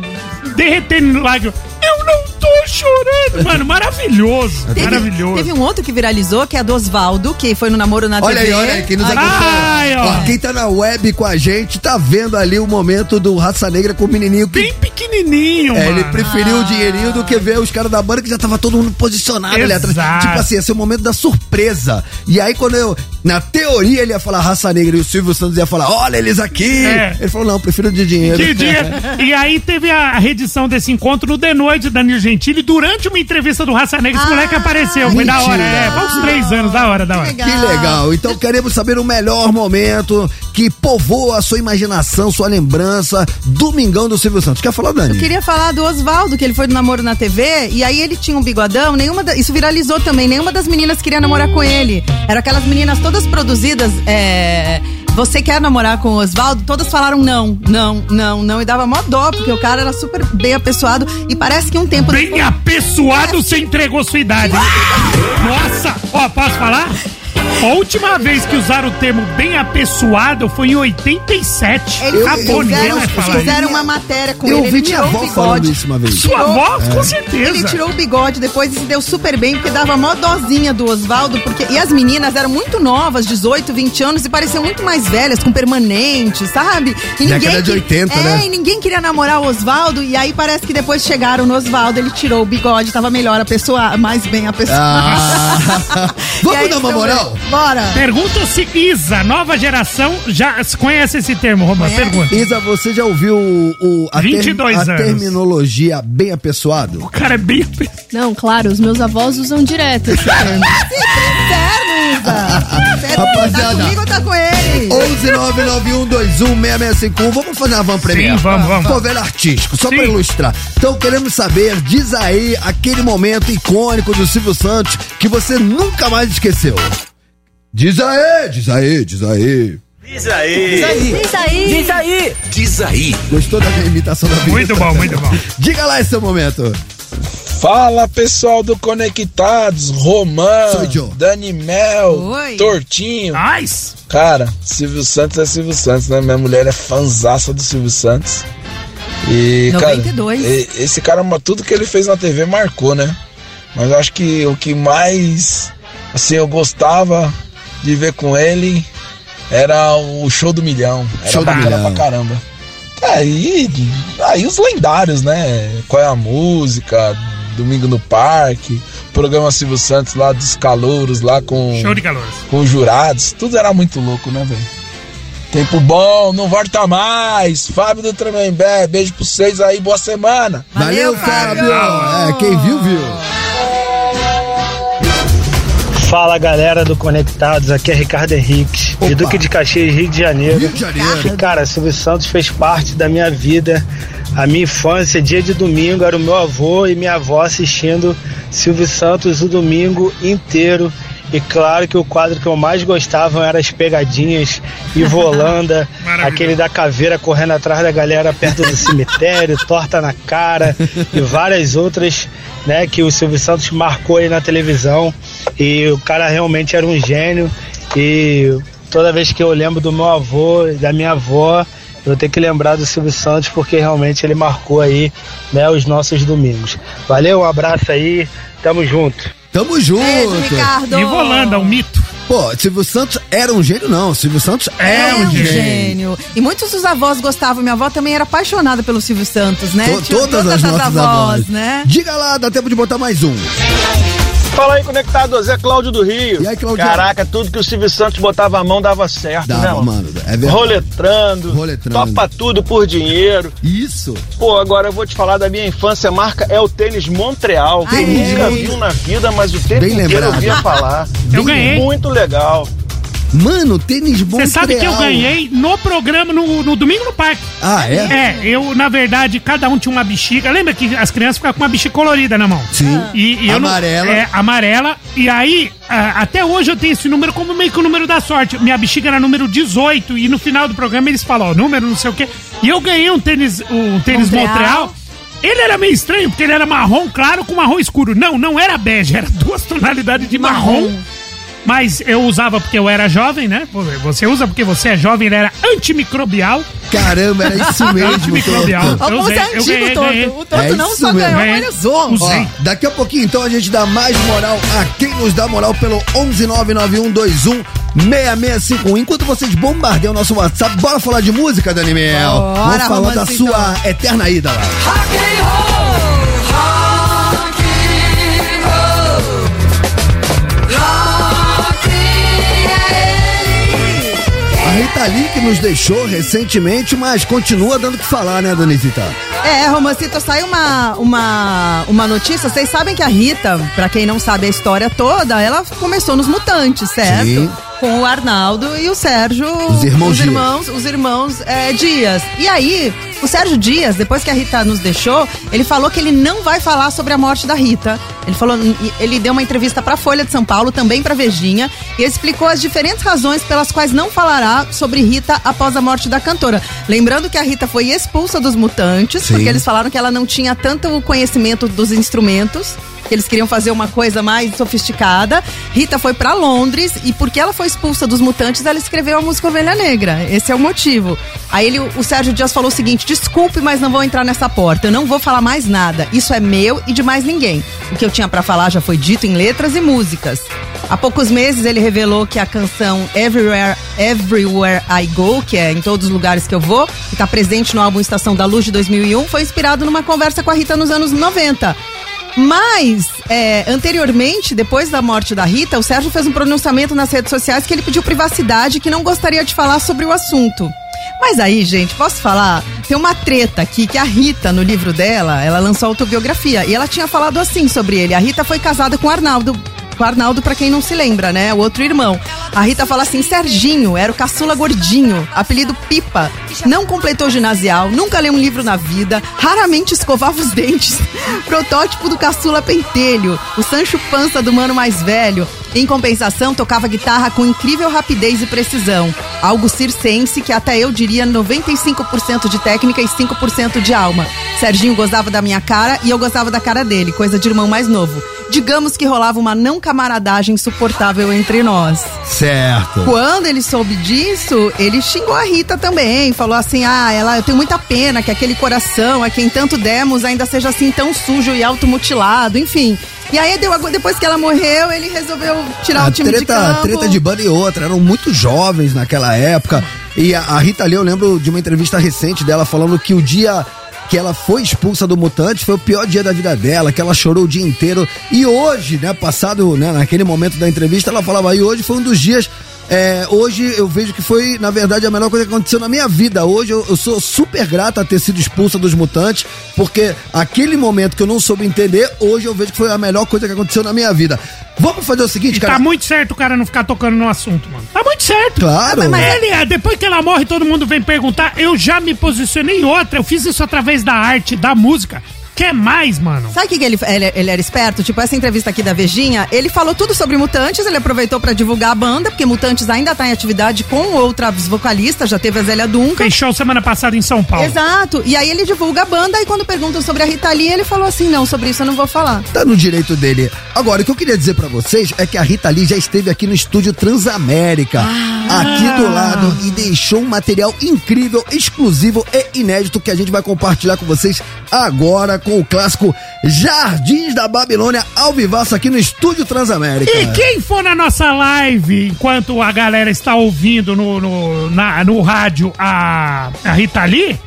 A: derretendo em lágrimas. Eu não tô chorando, mano. Maravilhoso.
C: Teve,
A: maravilhoso.
C: teve um outro que viralizou, que é do Osvaldo, que foi no namoro na
B: Olha aí,
C: TV.
B: olha aí, quem nos
C: Ai,
B: acompanha.
A: Ai, ó.
B: Ó, Quem tá na web com a gente tá vendo ali o momento do Raça Negra com o menininho que
A: Bem pequenininho,
B: É,
A: mano.
B: ele
C: Ah.
B: preferiu o dinheirinho do que ver os caras da banda que já tava todo mundo posicionado ali atrás.
A: Exato.
B: Tipo assim, esse é o momento da surpresa. E aí, quando eu. Na teoria, ele ia falar raça negra e o Silvio Santos ia falar: olha eles aqui.
A: É.
B: Ele falou: não, prefiro de dinheiro.
A: Que dia. E aí teve a redição desse encontro no The Noite, Danilo Gentili, durante uma entrevista do Raça Negra. Esse moleque apareceu. Foi da hora.
B: mentira.
A: É, foi uns três anos. Da hora, da hora.
B: *laughs* Que legal. Então queremos saber o melhor momento que povoa a sua imaginação, sua lembrança. Domingão do Silvio Santos. Quer falar, Dani?
C: Eu queria falar do Osvaldo, que ele foi no namoro na TV, e aí ele tinha um bigodão, nenhuma da- isso viralizou também, nenhuma das meninas queria namorar com ele. Eram aquelas meninas todas produzidas, é, Você quer namorar com o Osvaldo? Todas falaram não, não, não, não. E dava mó dó, porque o cara era super bem apessoado. E parece que um tempo
A: Bem apessoado, você entregou sua idade. hein? Nossa, ó, posso falar? A última vez que usaram o termo bem apessoado foi em 87.
C: Eles
A: Acabou, ninguém
C: fizeram,
A: vai falar isso.
C: fizeram uma matéria com
B: Eu
C: ele.
B: ouvi
C: ele
B: minha
C: tirou o
B: avó falando
C: bigode.
B: isso uma vez.
A: Sua avó, com certeza.
C: Ele tirou o bigode depois e se deu super bem, porque dava mó dozinha do Oswaldo, porque. E as meninas eram muito novas, 18, 20 anos, e pareciam muito mais velhas, com permanente, sabe? E
B: Década de
C: que-
B: 80,
C: é,
B: né?
C: e ninguém queria namorar o Oswaldo, e aí parece que depois chegaram no Oswaldo, ele tirou o bigode, tava melhor a pessoa, mais bem a pessoa.
B: Ah.
C: *laughs* E
B: Vamos
C: aí
B: dar uma
C: estão-
B: moral?
C: Bora!
A: Pergunta se Isa, nova geração, já conhece esse termo, Romã?
C: Conhece.
A: Pergunta.
B: Isa, você já ouviu o, a,
A: 22
B: a
A: anos.
B: terminologia bem apessoado?
A: O cara é bem apessoado.
F: Não, claro, os meus avós usam
C: *laughs*
F: direto assim. esse termo.
B: *laughs*
C: Sério,
B: Rapaziada.
C: Tá comigo ou tá com ele?
B: 11991216651. Vamos fazer uma van premiere.
A: vamos, vamos.
B: Novela artístico, só
A: Sim.
B: pra ilustrar. Então queremos saber, diz aí aquele momento icônico do Silvio Santos que você nunca mais esqueceu. Diz aí, diz aí, diz aí.
F: Diz aí!
E: Diz aí.
B: Gostou da minha imitação da vida?
A: Muito bom, muito bom.
B: Diga lá esse seu momento.
G: Fala pessoal do Conectados,
B: Sou
G: Romã,
B: eu.
G: Dani Mel,
C: Oi.
G: Tortinho.
A: Nice.
G: Cara, Silvio Santos é Silvio Santos, né? Minha mulher é fanzaça do Silvio Santos. E, cara,
C: 92.
G: e- esse cara, ma- tudo que ele fez na TV marcou, né? Mas eu acho que o que mais, assim, eu gostava de ver com ele era o Show do Milhão. Era
B: Show do
G: bacana
B: Milhão.
G: pra caramba. Aí, aí os lendários, né? Qual é a música? Domingo no Parque, programa Silvio Santos lá dos calouros, lá com
A: Show de calor.
G: com os jurados, tudo era muito louco, né, velho? Tempo bom, não volta mais. Fábio do Tremembé, beijo pra vocês aí, boa semana.
B: Valeu,
C: Valeu,
B: Fábio!
A: Fábio!
B: É, quem viu, viu.
H: Fala galera do Conectados, aqui é Ricardo Henrique,
B: Opa.
H: de Duque de Caxias, Rio de
B: Rio
H: Janeiro.
B: de Janeiro.
H: Cara, Silvio Santos fez parte da minha vida. A minha infância, dia de domingo, era o meu avô e minha avó assistindo Silvio Santos o domingo inteiro. E claro que o quadro que eu mais gostava era as pegadinhas e volanda,
A: Maravilhoso.
H: aquele da caveira correndo atrás da galera perto do cemitério, torta na cara e várias outras, né, que o Silvio Santos marcou aí na televisão. E o cara realmente era um gênio. E toda vez que eu lembro do meu avô e da minha avó, eu tenho que lembrar do Silvio Santos porque realmente ele marcou aí, né, os nossos domingos. Valeu, um abraço aí, tamo junto.
B: Tamo junto.
C: Beijo, Ricardo!
A: E Volanda, um mito.
B: Pô, Silvio Santos era um gênio, não. Silvio Santos é,
C: É
B: um gênio.
C: E muitos dos avós gostavam. Minha avó também era apaixonada pelo Silvio Santos, né?
B: To-
C: Tinha
B: todas as nossas avós.
C: né?
B: Diga lá, dá tempo de botar mais um.
I: Fala aí, conectados, é Cláudio do Rio.
B: E aí, Cláudio?
I: Caraca, tudo que o Silvio Santos botava a mão dava certo, né?
B: Dava,
I: mano?
B: mano. É verdade.
I: Roletrando,
B: Roletrando.
I: topa tudo por dinheiro.
B: Isso.
I: Pô, agora eu vou te falar da minha infância. A marca é o tênis Montreal.
C: Ai,
I: Nunca
B: gente.
I: vi um na vida, mas o tempo
B: é. Bem
I: inteiro
B: lembrado.
I: eu via falar. É
A: Eu ganhei.
I: Muito legal.
B: Mano, tênis bom.
C: Um
A: Você sabe que eu ganhei no programa, no, no Domingo no Parque.
B: Ah, é?
A: É, eu, na verdade, cada um tinha uma bexiga. Lembra que as crianças ficavam com uma bexiga colorida na mão?
B: Sim.
A: E, e eu não-
B: Amarela.
A: é, amarela. E aí, a- até hoje eu tenho esse número como meio que o número da sorte. Minha bexiga era número 18 e no final do programa eles falam, ó, número não sei o quê. E eu ganhei um tênis, um tênis Montreal.
C: Montreal.
A: Ele era meio estranho, porque ele era marrom claro com marrom escuro. Não, não era bege, era duas tonalidades de marrom. Mas eu usava porque eu era jovem, né? Você usa porque você é jovem, ele era antimicrobial.
B: Caramba, era
A: *laughs*
B: isso mesmo,
A: Antimicrobial.
B: Toto.
A: Eu Alfonso é ganhei, eu antigo, ganhei, Toto. ganhei. O Toto
B: É
A: não
B: isso
A: só
B: mesmo.
A: ganhou, organizou. Usei.
B: Ó, daqui a pouquinho, então, a gente dá mais moral a quem nos dá moral pelo 1199121. 6651. Enquanto vocês bombardeiam o nosso WhatsApp, bora falar de música, Dani Mel.
D: Bora,
B: Vamos falar da
D: romancitão.
B: sua eterna ida lá. A Rita Lee que nos deixou recentemente, mas continua dando o que falar, né, Dona Zita?
C: É, Romancito, sai uma, uma, uma notícia. Vocês sabem que a Rita, pra quem não sabe a história toda, ela começou nos Mutantes, certo?
B: Sim.
C: Com o Arnaldo e o Sérgio.
B: Os irmãos
C: os
B: Dias.
C: irmãos, os irmãos, é, Dias. E aí, o Sérgio Dias, depois que a Rita nos deixou, ele falou que ele não vai falar sobre a morte da Rita. Ele falou, ele deu uma entrevista pra Folha de São Paulo, também pra Vejinha, e explicou as diferentes razões pelas quais não falará sobre Rita após a morte da cantora. Lembrando que a Rita foi expulsa dos Mutantes,
J: Sim.
C: porque eles falaram que ela não tinha tanto conhecimento dos instrumentos, que eles queriam fazer uma coisa mais sofisticada. Rita foi pra Londres e porque ela foi expulsa dos mutantes, ela escreveu a música Ovelha Negra. Esse é o motivo. Aí ele, o Sérgio Dias falou o seguinte: desculpe, mas não vou entrar nessa porta. Eu não vou falar mais nada. Isso é meu e de mais ninguém. O que eu tinha pra falar já foi dito em letras e músicas. Há poucos meses ele revelou que a canção Everywhere, Everywhere I Go, que é em todos os lugares que eu vou, que está presente no álbum Estação da Luz de 2001, foi inspirado numa conversa com a Rita nos anos 90. Mas, é, anteriormente, depois da morte da Rita, o Sérgio fez um pronunciamento nas redes sociais que ele pediu privacidade, que não gostaria de falar sobre o assunto. Mas aí, gente, posso falar? Tem uma treta aqui que a Rita, no livro dela, ela lançou a autobiografia e ela tinha falado assim sobre ele. A Rita foi casada com o Arnaldo com o Arnaldo, pra quem não se lembra, né? O outro irmão. A Rita fala assim: Serginho, era o caçula gordinho, apelido Pipa. Não completou ginasial, nunca leu um livro na vida, raramente escovava os dentes. *laughs* Protótipo do caçula pentelho, o Sancho Pança do mano mais velho. Em compensação, tocava guitarra com incrível rapidez e precisão. Algo circense que até eu diria 95% de técnica e 5% de alma. Serginho gozava da minha cara e eu gozava da cara dele, coisa de irmão mais novo. Digamos que rolava uma não camaradagem insuportável entre nós.
B: Certo.
C: Quando ele soube disso, ele xingou a Rita também. Falou assim: ah, ela, eu tenho muita pena que aquele coração a quem tanto demos ainda seja assim tão sujo e automutilado, enfim. E aí, deu, depois que ela morreu, ele resolveu tirar
B: a
C: o time
B: treta,
C: de campo.
B: treta de banda e outra, eram muito jovens naquela época. E a, a Rita Lee, eu lembro de uma entrevista recente dela falando que o dia que ela foi expulsa do Mutante foi o pior dia da vida dela, que ela chorou o dia inteiro. E hoje, né, passado, né, naquele momento da entrevista, ela falava, e hoje foi um dos dias. é, hoje eu vejo que foi, na verdade, a melhor coisa que aconteceu na minha vida. Hoje eu, eu sou super grata a ter sido expulsa dos mutantes, porque aquele momento que eu não soube entender, hoje eu vejo que foi a melhor coisa que aconteceu na minha vida. Vamos fazer o seguinte, cara.
A: Tá muito certo o cara não ficar tocando no assunto, mano. Tá muito certo.
B: Claro.
A: Mas, mas ele é, depois que ela morre, todo mundo vem perguntar. Eu já me posicionei em outra. Eu fiz isso através da arte, da música. Quer mais, mano?
C: Sabe o que, que ele, ele, ele era esperto? Tipo, essa entrevista aqui da Vejinha, ele falou tudo sobre Mutantes, ele aproveitou pra divulgar a banda, porque Mutantes ainda tá em atividade com outras vocalistas, já teve a Zélia Duncan.
A: Fez show semana passada em São Paulo.
C: Exato. E aí ele divulga a banda, e quando perguntam sobre a Rita Lee, ele falou assim, não, sobre isso eu não vou falar.
B: Tá no direito dele. Agora, o que eu queria dizer pra vocês é que a Rita Lee já esteve aqui no estúdio Transamérica,
A: Ah.
B: aqui do lado, e deixou um material incrível, exclusivo e inédito que a gente vai compartilhar com vocês agora com o clássico Jardins da Babilônia ao vivaço aqui no estúdio Transamérica.
A: E quem for na nossa live, enquanto a galera está ouvindo no, no, na- no rádio a, a Rita Lee,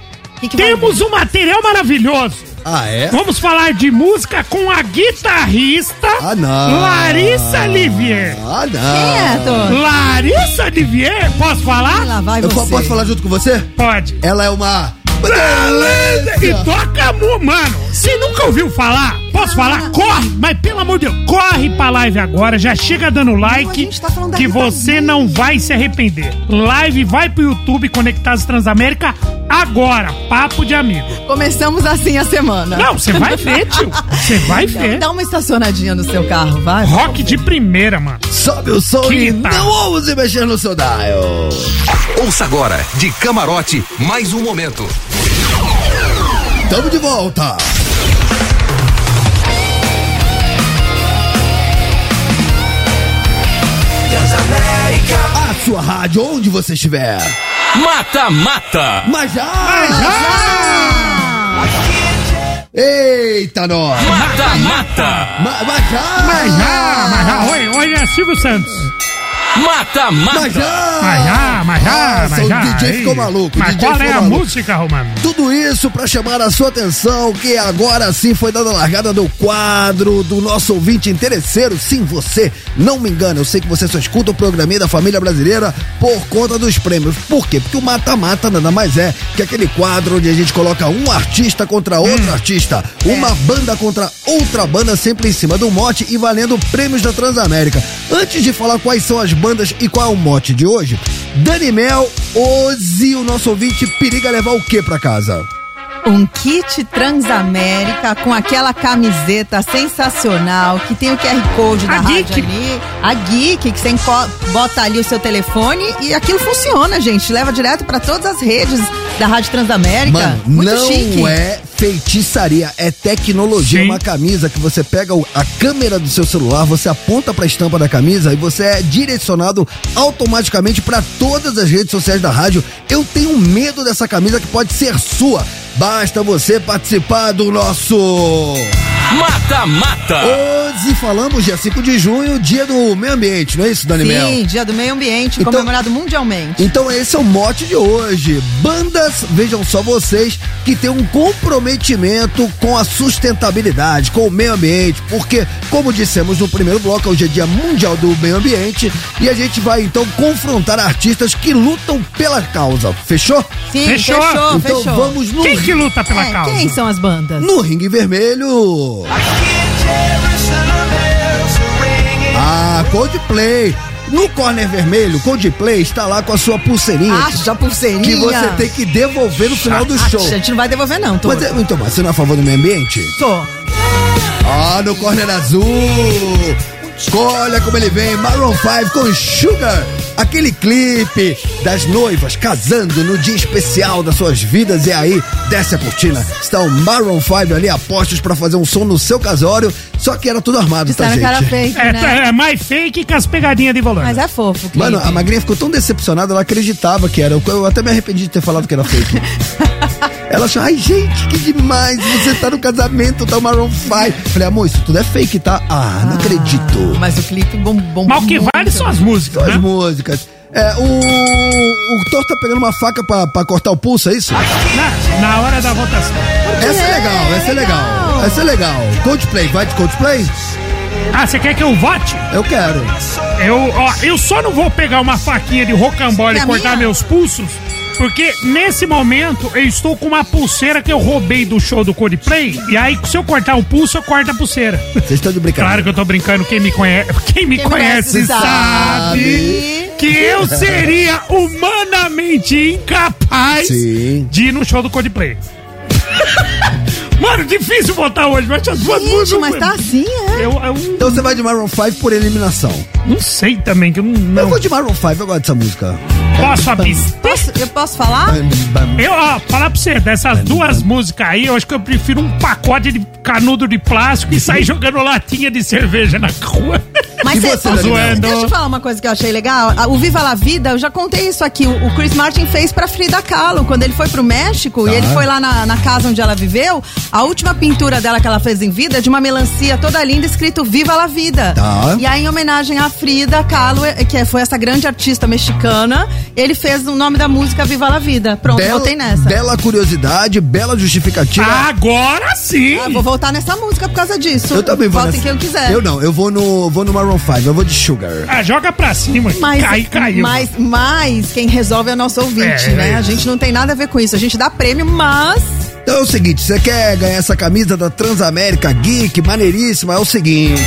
A: temos um material maravilhoso.
B: Ah, é?
A: Vamos falar de música com a guitarrista
B: não.
A: Larissa Olivier.
B: Ah, não.
A: é? Tá Larissa Olivier, posso falar?
C: Lá vai
B: Eu po- posso falar junto com você?
A: Pode.
B: Ela é uma.
A: Beleza! E toca, mu- mano. Se nunca ouviu falar, posso falar? Corre! Mas pelo amor de Deus, corre pra live agora. Já chega dando like
C: tá
A: que você não vai se arrepender. Live vai pro YouTube Conectados Transamérica agora. Papo de amigo.
C: Começamos assim a semana.
A: Não, você vai ver, tio. Você vai ver.
C: Dá uma estacionadinha no seu carro, vai.
A: Rock de primeira, mano.
B: Sobe o som
A: Que tá.
B: e
A: guitarra.
B: não ouse mexer no seu dial.
E: Ouça agora, de camarote, mais um momento.
B: Tamo de volta. A sua rádio, onde você estiver.
J: Mata, mata.
B: Mas já! Mas Eita, nós!
J: Mata, mata.
B: Ma- Mas já!
A: Mas já, Ah, mas já. Oi, oi, é Silvio Santos.
J: Mata, mata.
B: Mas já!
A: Mas já, mas já,
B: Nossa,
A: mas já.
B: O DJ
A: Aí.
B: ficou maluco. o
A: Mas
B: DJ
A: qual é
B: ficou
A: a
B: maluco.
A: música, Romano?
B: Tudo isso pra chamar a sua atenção, que agora sim foi dada a largada do quadro do nosso ouvinte interesseiro. Sim, você, não me engana, eu sei que você só escuta o programinha da família brasileira por conta dos prêmios. Por quê? Porque o mata-mata nada mais é que aquele quadro onde a gente coloca um artista contra outro artista, uma banda contra outra banda, sempre em cima do mote e valendo prêmios da Transamérica. Antes de falar quais são as bandas e qual é o mote de hoje, Dani Mel, Ozzy, o nosso ouvinte, periga levar o que pra casa?
C: Um kit Transamérica com aquela camiseta sensacional que tem o QR Code da
A: A
C: rádio
A: Geek.
C: ali. A Geek, que você enco- bota ali o seu telefone e aquilo funciona, gente. Leva direto pra todas as redes da Rádio Transamérica.
B: Mano,
C: Muito
B: não
C: chique.
B: é feitiçaria, é tecnologia.
A: Sim.
B: Uma camisa que você pega o- a câmera do seu celular, você aponta pra estampa da camisa e você é direcionado automaticamente pra todas as redes sociais da rádio. Eu tenho medo dessa camisa que pode ser sua. Basta você participar do nosso.
J: Mata, mata.
B: Hoje falamos dia 5 de junho, dia do meio ambiente, não é isso, Dani Mel?
C: Sim, Dia do Meio Ambiente,
B: Então-
C: comemorado mundialmente.
B: Então esse é o mote de hoje. Bandas, vejam só vocês, que tem um comprometimento com a sustentabilidade, com o meio ambiente, porque, como dissemos no primeiro bloco, hoje é dia mundial do meio ambiente e a gente vai então confrontar artistas que lutam pela causa. Fechou?
C: Sim,
A: Fechou?
C: fechou, fechou.
B: então vamos no,
A: Quem que luta pela
C: É,
A: causa?
C: quem são as bandas?
B: no ringue vermelho. Ah, Coldplay. No corner vermelho, Coldplay está lá com a sua pulseirinha.
C: Acha a pulseirinha.
B: que você tem que devolver no final do show.
C: Acha, Ah, a gente não vai devolver, não, tô.
B: Mas, é- então, mas você não é a favor do meio ambiente?
C: Tô.
B: Ah, no corner azul! Olha como ele vem, Maroon 5 com Sugar, aquele clipe das noivas casando no dia especial das suas vidas. E aí, desce a cortina, está o Maroon 5 ali a postos pra fazer um som no seu casório, só que era tudo armado, tá,
C: Disseram
B: gente?
C: que era fake,
A: É, tá-
C: né?
A: é mais fake que as pegadinhas de volante.
C: Mas é fofo. o clipe.
B: Mano, a magrinha ficou tão decepcionada, ela acreditava que era. Eu- Eu até me arrependi de ter falado que era fake. Ela achou, ai gente, que demais, você tá no casamento, tá o Maroon 5. Falei, amor, isso tudo é fake, tá? Ah, não acredito.
C: Mas o clipe bom, bom.
A: Mal que
C: muito.
A: vale são as músicas,
B: Só as
A: né?
B: músicas. É, o. O Thor tá pegando uma faca pra, pra cortar o pulso, é isso?
A: Ah, Na, na hora da votação.
B: Essa é legal, essa é legal. Essa é legal. Coldplay, vai de Coldplay?
A: Ah, você quer que eu vote?
B: Eu quero.
A: Eu, ó, eu só não vou pegar uma faquinha de rocambole
C: É
A: e
C: a
A: cortar
C: minha?
A: meus pulsos, porque nesse momento eu estou com uma pulseira que eu roubei do show do Coldplay, e aí se eu cortar o pulso, eu corto a pulseira. *laughs*
B: Vocês estão de
A: Claro
B: brincadeira.
A: que eu tô brincando, quem me conhece, quem me conhece sabe, que eu seria humanamente incapaz
B: Sim.
A: de ir no show do Coldplay. *laughs* Mano, difícil votar hoje, mas as duas
C: Gente,
A: músicas-
C: mas tá assim, é?
A: Eu, eu
B: Então você vai de Maroon 5 por eliminação.
A: não sei também, que eu não.
B: Eu
A: não.
B: vou um de Maroon 5, eu gosto dessa música. Tá.
A: Posso abrir?
C: Posso, eu posso falar?
A: Eu, ó, falar pra você, dessas duas músicas aí, eu acho que eu prefiro um pacote de canudo de plástico e sair jogando latinha de cerveja na
B: *laughs*
A: rua.
B: E
C: Mas cê-
B: você,
C: Mas
B: Daniel?
C: deixa eu te falar uma coisa que eu achei legal. A- O Viva La Vida, eu já contei isso aqui. O o Chris Martin fez pra Frida Kahlo. Quando ele foi pro México e ele
B: Tá.
C: foi lá na, na casa onde ela viveu, a última pintura dela que ela fez em vida é de uma melancia toda linda, escrito Viva La Vida.
B: Tá.
C: E aí, em homenagem a Frida Kahlo, eh, que foi essa grande artista mexicana, ele fez o nome da música Viva La Vida. Pronto,
B: Bela,
C: voltei nessa.
B: bela curiosidade, bela justificativa.
A: Agora sim!
C: Ah, vou voltar nessa música por causa disso.
B: eu também vou
C: Votem
B: nessa.
C: quem eu quiser.
B: Eu não, eu vou no, vou no Maroon 5, eu vou de Sugar.
A: Ah, joga pra cima.
C: Mas,
A: aí caiu.
C: Mas, mas quem resolve é o nosso ouvinte,
A: É,
C: né?
A: é
C: a gente não tem nada a ver com isso. A gente dá prêmio, mas.
B: Então é o seguinte, você quer ganhar essa camisa da Transamérica Geek, maneiríssima, é o seguinte...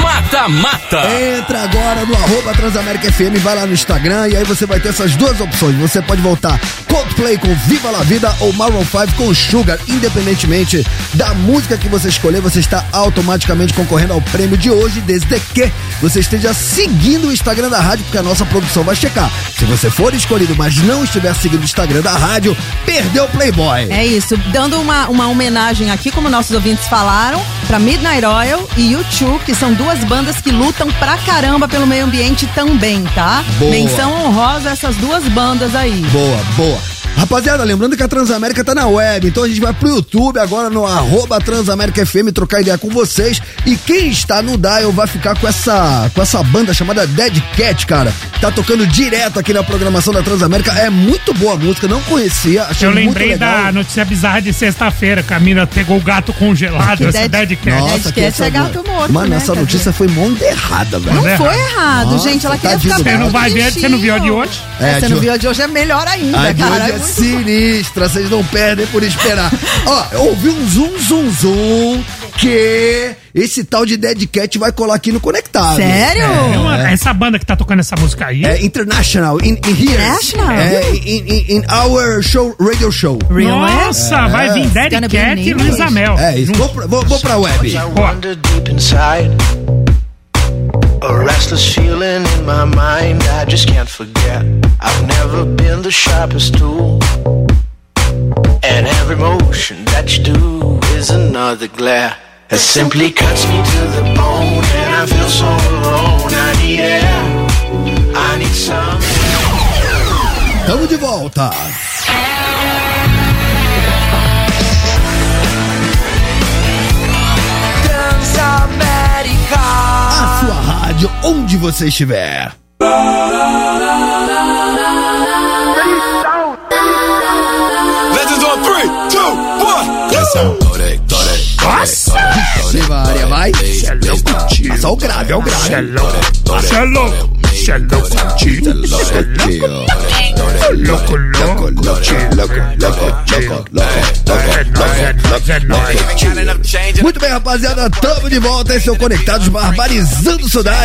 J: Mata, mata.
B: Entra agora no arroba Transamérica FM, vai lá no Instagram e aí você vai ter essas duas opções. Você pode voltar Coldplay com Viva La Vida ou Maroon 5 com Sugar. Independentemente da música que você escolher, você está automaticamente concorrendo ao prêmio de hoje, desde que você esteja seguindo o Instagram da rádio, porque a nossa produção vai checar. Se você for escolhido, mas não estiver seguindo o Instagram da rádio, perdeu o Playboy.
C: É isso. dando uma, uma homenagem aqui, como nossos ouvintes falaram, pra Midnight Oil e U2, que são duas bandas que lutam pra caramba pelo meio ambiente também, tá?
B: Boa.
C: Menção honrosa a essas duas bandas aí.
B: Boa, boa. Rapaziada, lembrando que a Transamérica tá na web, então a gente vai pro YouTube agora no arroba Transamérica FM trocar ideia com vocês. E quem está no Dial vai ficar com essa, com essa banda chamada Dead Cat, cara. Tá tocando direto aqui na programação da Transamérica. É muito boa a música, não conhecia. Achei
A: Eu
B: muito
A: lembrei
B: legal.
A: da notícia bizarra de sexta-feira, que a mina pegou o gato congelado, essa
C: Dead-
A: Dead Cat.
B: Nossa, que essa
C: é gato morto,
B: Mano,
C: né,
B: essa
C: cara?
B: notícia foi muito errada, velho.
A: né?
C: Não foi errado, gente. Ela queria ficar
A: tá Você
C: bem
A: não vai ver, você não viu a de hoje?
B: É,
C: você
B: de
C: não
B: hoje-
C: viu a de hoje, é melhor ainda,
B: A de
C: cara.
B: hoje
C: É
B: é
C: muito-
B: sinistra, vocês não perdem por esperar. Ó, eu ouvi um zum, zum, zum, que esse tal de Dead Cat vai colar aqui no Conectado.
A: É, mano, Essa banda que tá tocando essa música aí.
B: É International, in, in here.
A: International?
B: É, in, in- in our show, radio show.
A: Nossa, vai vir Dead
B: It's gonna be
A: Cat
B: in
A: e
B: English.
A: Luísa Mel.
B: É isso, vou pra, vou, vou pra web.
K: wonder deep inside. A restless feeling in my mind I just can't forget. I've never been the sharpest tool. And every motion that you do is another glare. It simply cuts me to the bone. And I feel so alone. I need air. I need some.
B: Tamo de volta. A sua rádio, onde você estiver.
D: Let's do three, two, one, Nossa!
B: Simária, vai. Cê é louco, tio. Só o grave, é o grave. Cê é louco,
A: cê é louco. Cê é louco, tio. Cê
B: é
A: louco. Louco, louco, tio.
B: Muito bem, rapaziada, tamo de volta. Esse é o Conectados Barbarizando o seu dial.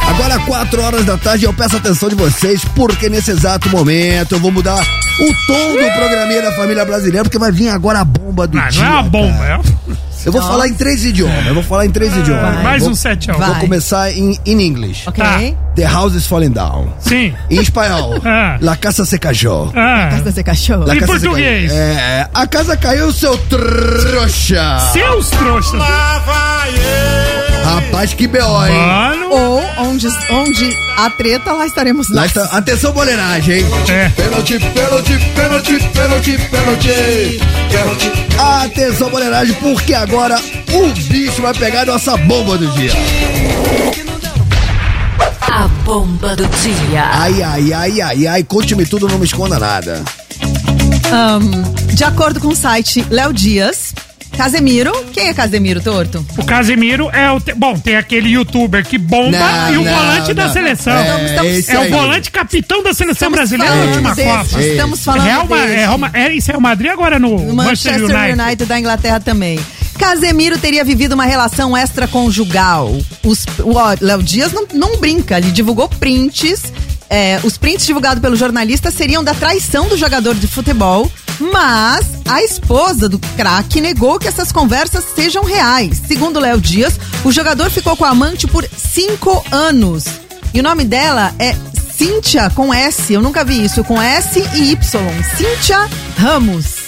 B: Agora, 4 horas da tarde, eu peço a atenção de vocês, porque nesse exato momento eu vou mudar o tom do programinha da família brasileira, porque vai vir agora a bomba do
A: Ah,
B: dia.
A: não é uma bomba,
B: cara.
A: é.
B: Eu vou falar em três idiomas. Eu vou falar em três idiomas.
A: mais
B: Vou-
A: um sete a um.
B: Vou
A: Vai.
B: começar em in English.
A: Ok. Tá.
B: The house is falling down.
A: Sim.
B: Em espanhol.
A: Ah.
B: La casa se cayó.
A: Ah.
C: Casa de cachorro.
B: La casa se cayó. É, a casa caiu, seu trouxa.
A: Seus trouxas.
B: Rapaz, que B.O., hein?
C: Ou onde, onde a treta, lá estaremos
B: Lá
C: nós.
B: está. Atenção, boleiragem, hein?
D: Pênalti, pênalti, pênalti, pênalti, pênalti. Pênalti.
B: Atenção, boleiragem, porque agora o bicho vai pegar nossa bomba do dia.
L: A bomba do dia.
B: Ai, ai, ai, ai, ai, conte-me tudo, não me esconda nada.
C: Ahn, de acordo com o site Léo Dias, Casemiro. Quem é Casemiro, Torto?
A: O Casemiro é o. te- Bom, tem aquele youtuber que bomba
C: Não,
A: Um e o
C: não,
A: volante da
C: não.
A: seleção.
C: É, Estamos-
A: É,
C: esse
A: o
C: aí.
A: volante capitão da seleção brasileira na
C: falando
A: última
C: desse,
A: Copa.
C: estamos falando
A: Real, Ma-
C: desse.
A: é, Real, Ma- é, isso é o Madrid agora no
C: O
A: Manchester,
C: Manchester
A: United.
C: United. da Inglaterra também. Casemiro teria vivido uma relação extraconjugal. Os- O ó, Léo Dias não, não brinca, ele divulgou prints. é, os prints divulgados pelo jornalista seriam da traição do jogador de futebol, mas a esposa do craque negou que essas conversas sejam reais. Segundo Léo Dias, o jogador ficou com a amante por cinco anos. E o nome dela é Cíntia com S. Eu nunca vi isso, com S e Y. Cíntia Ramos.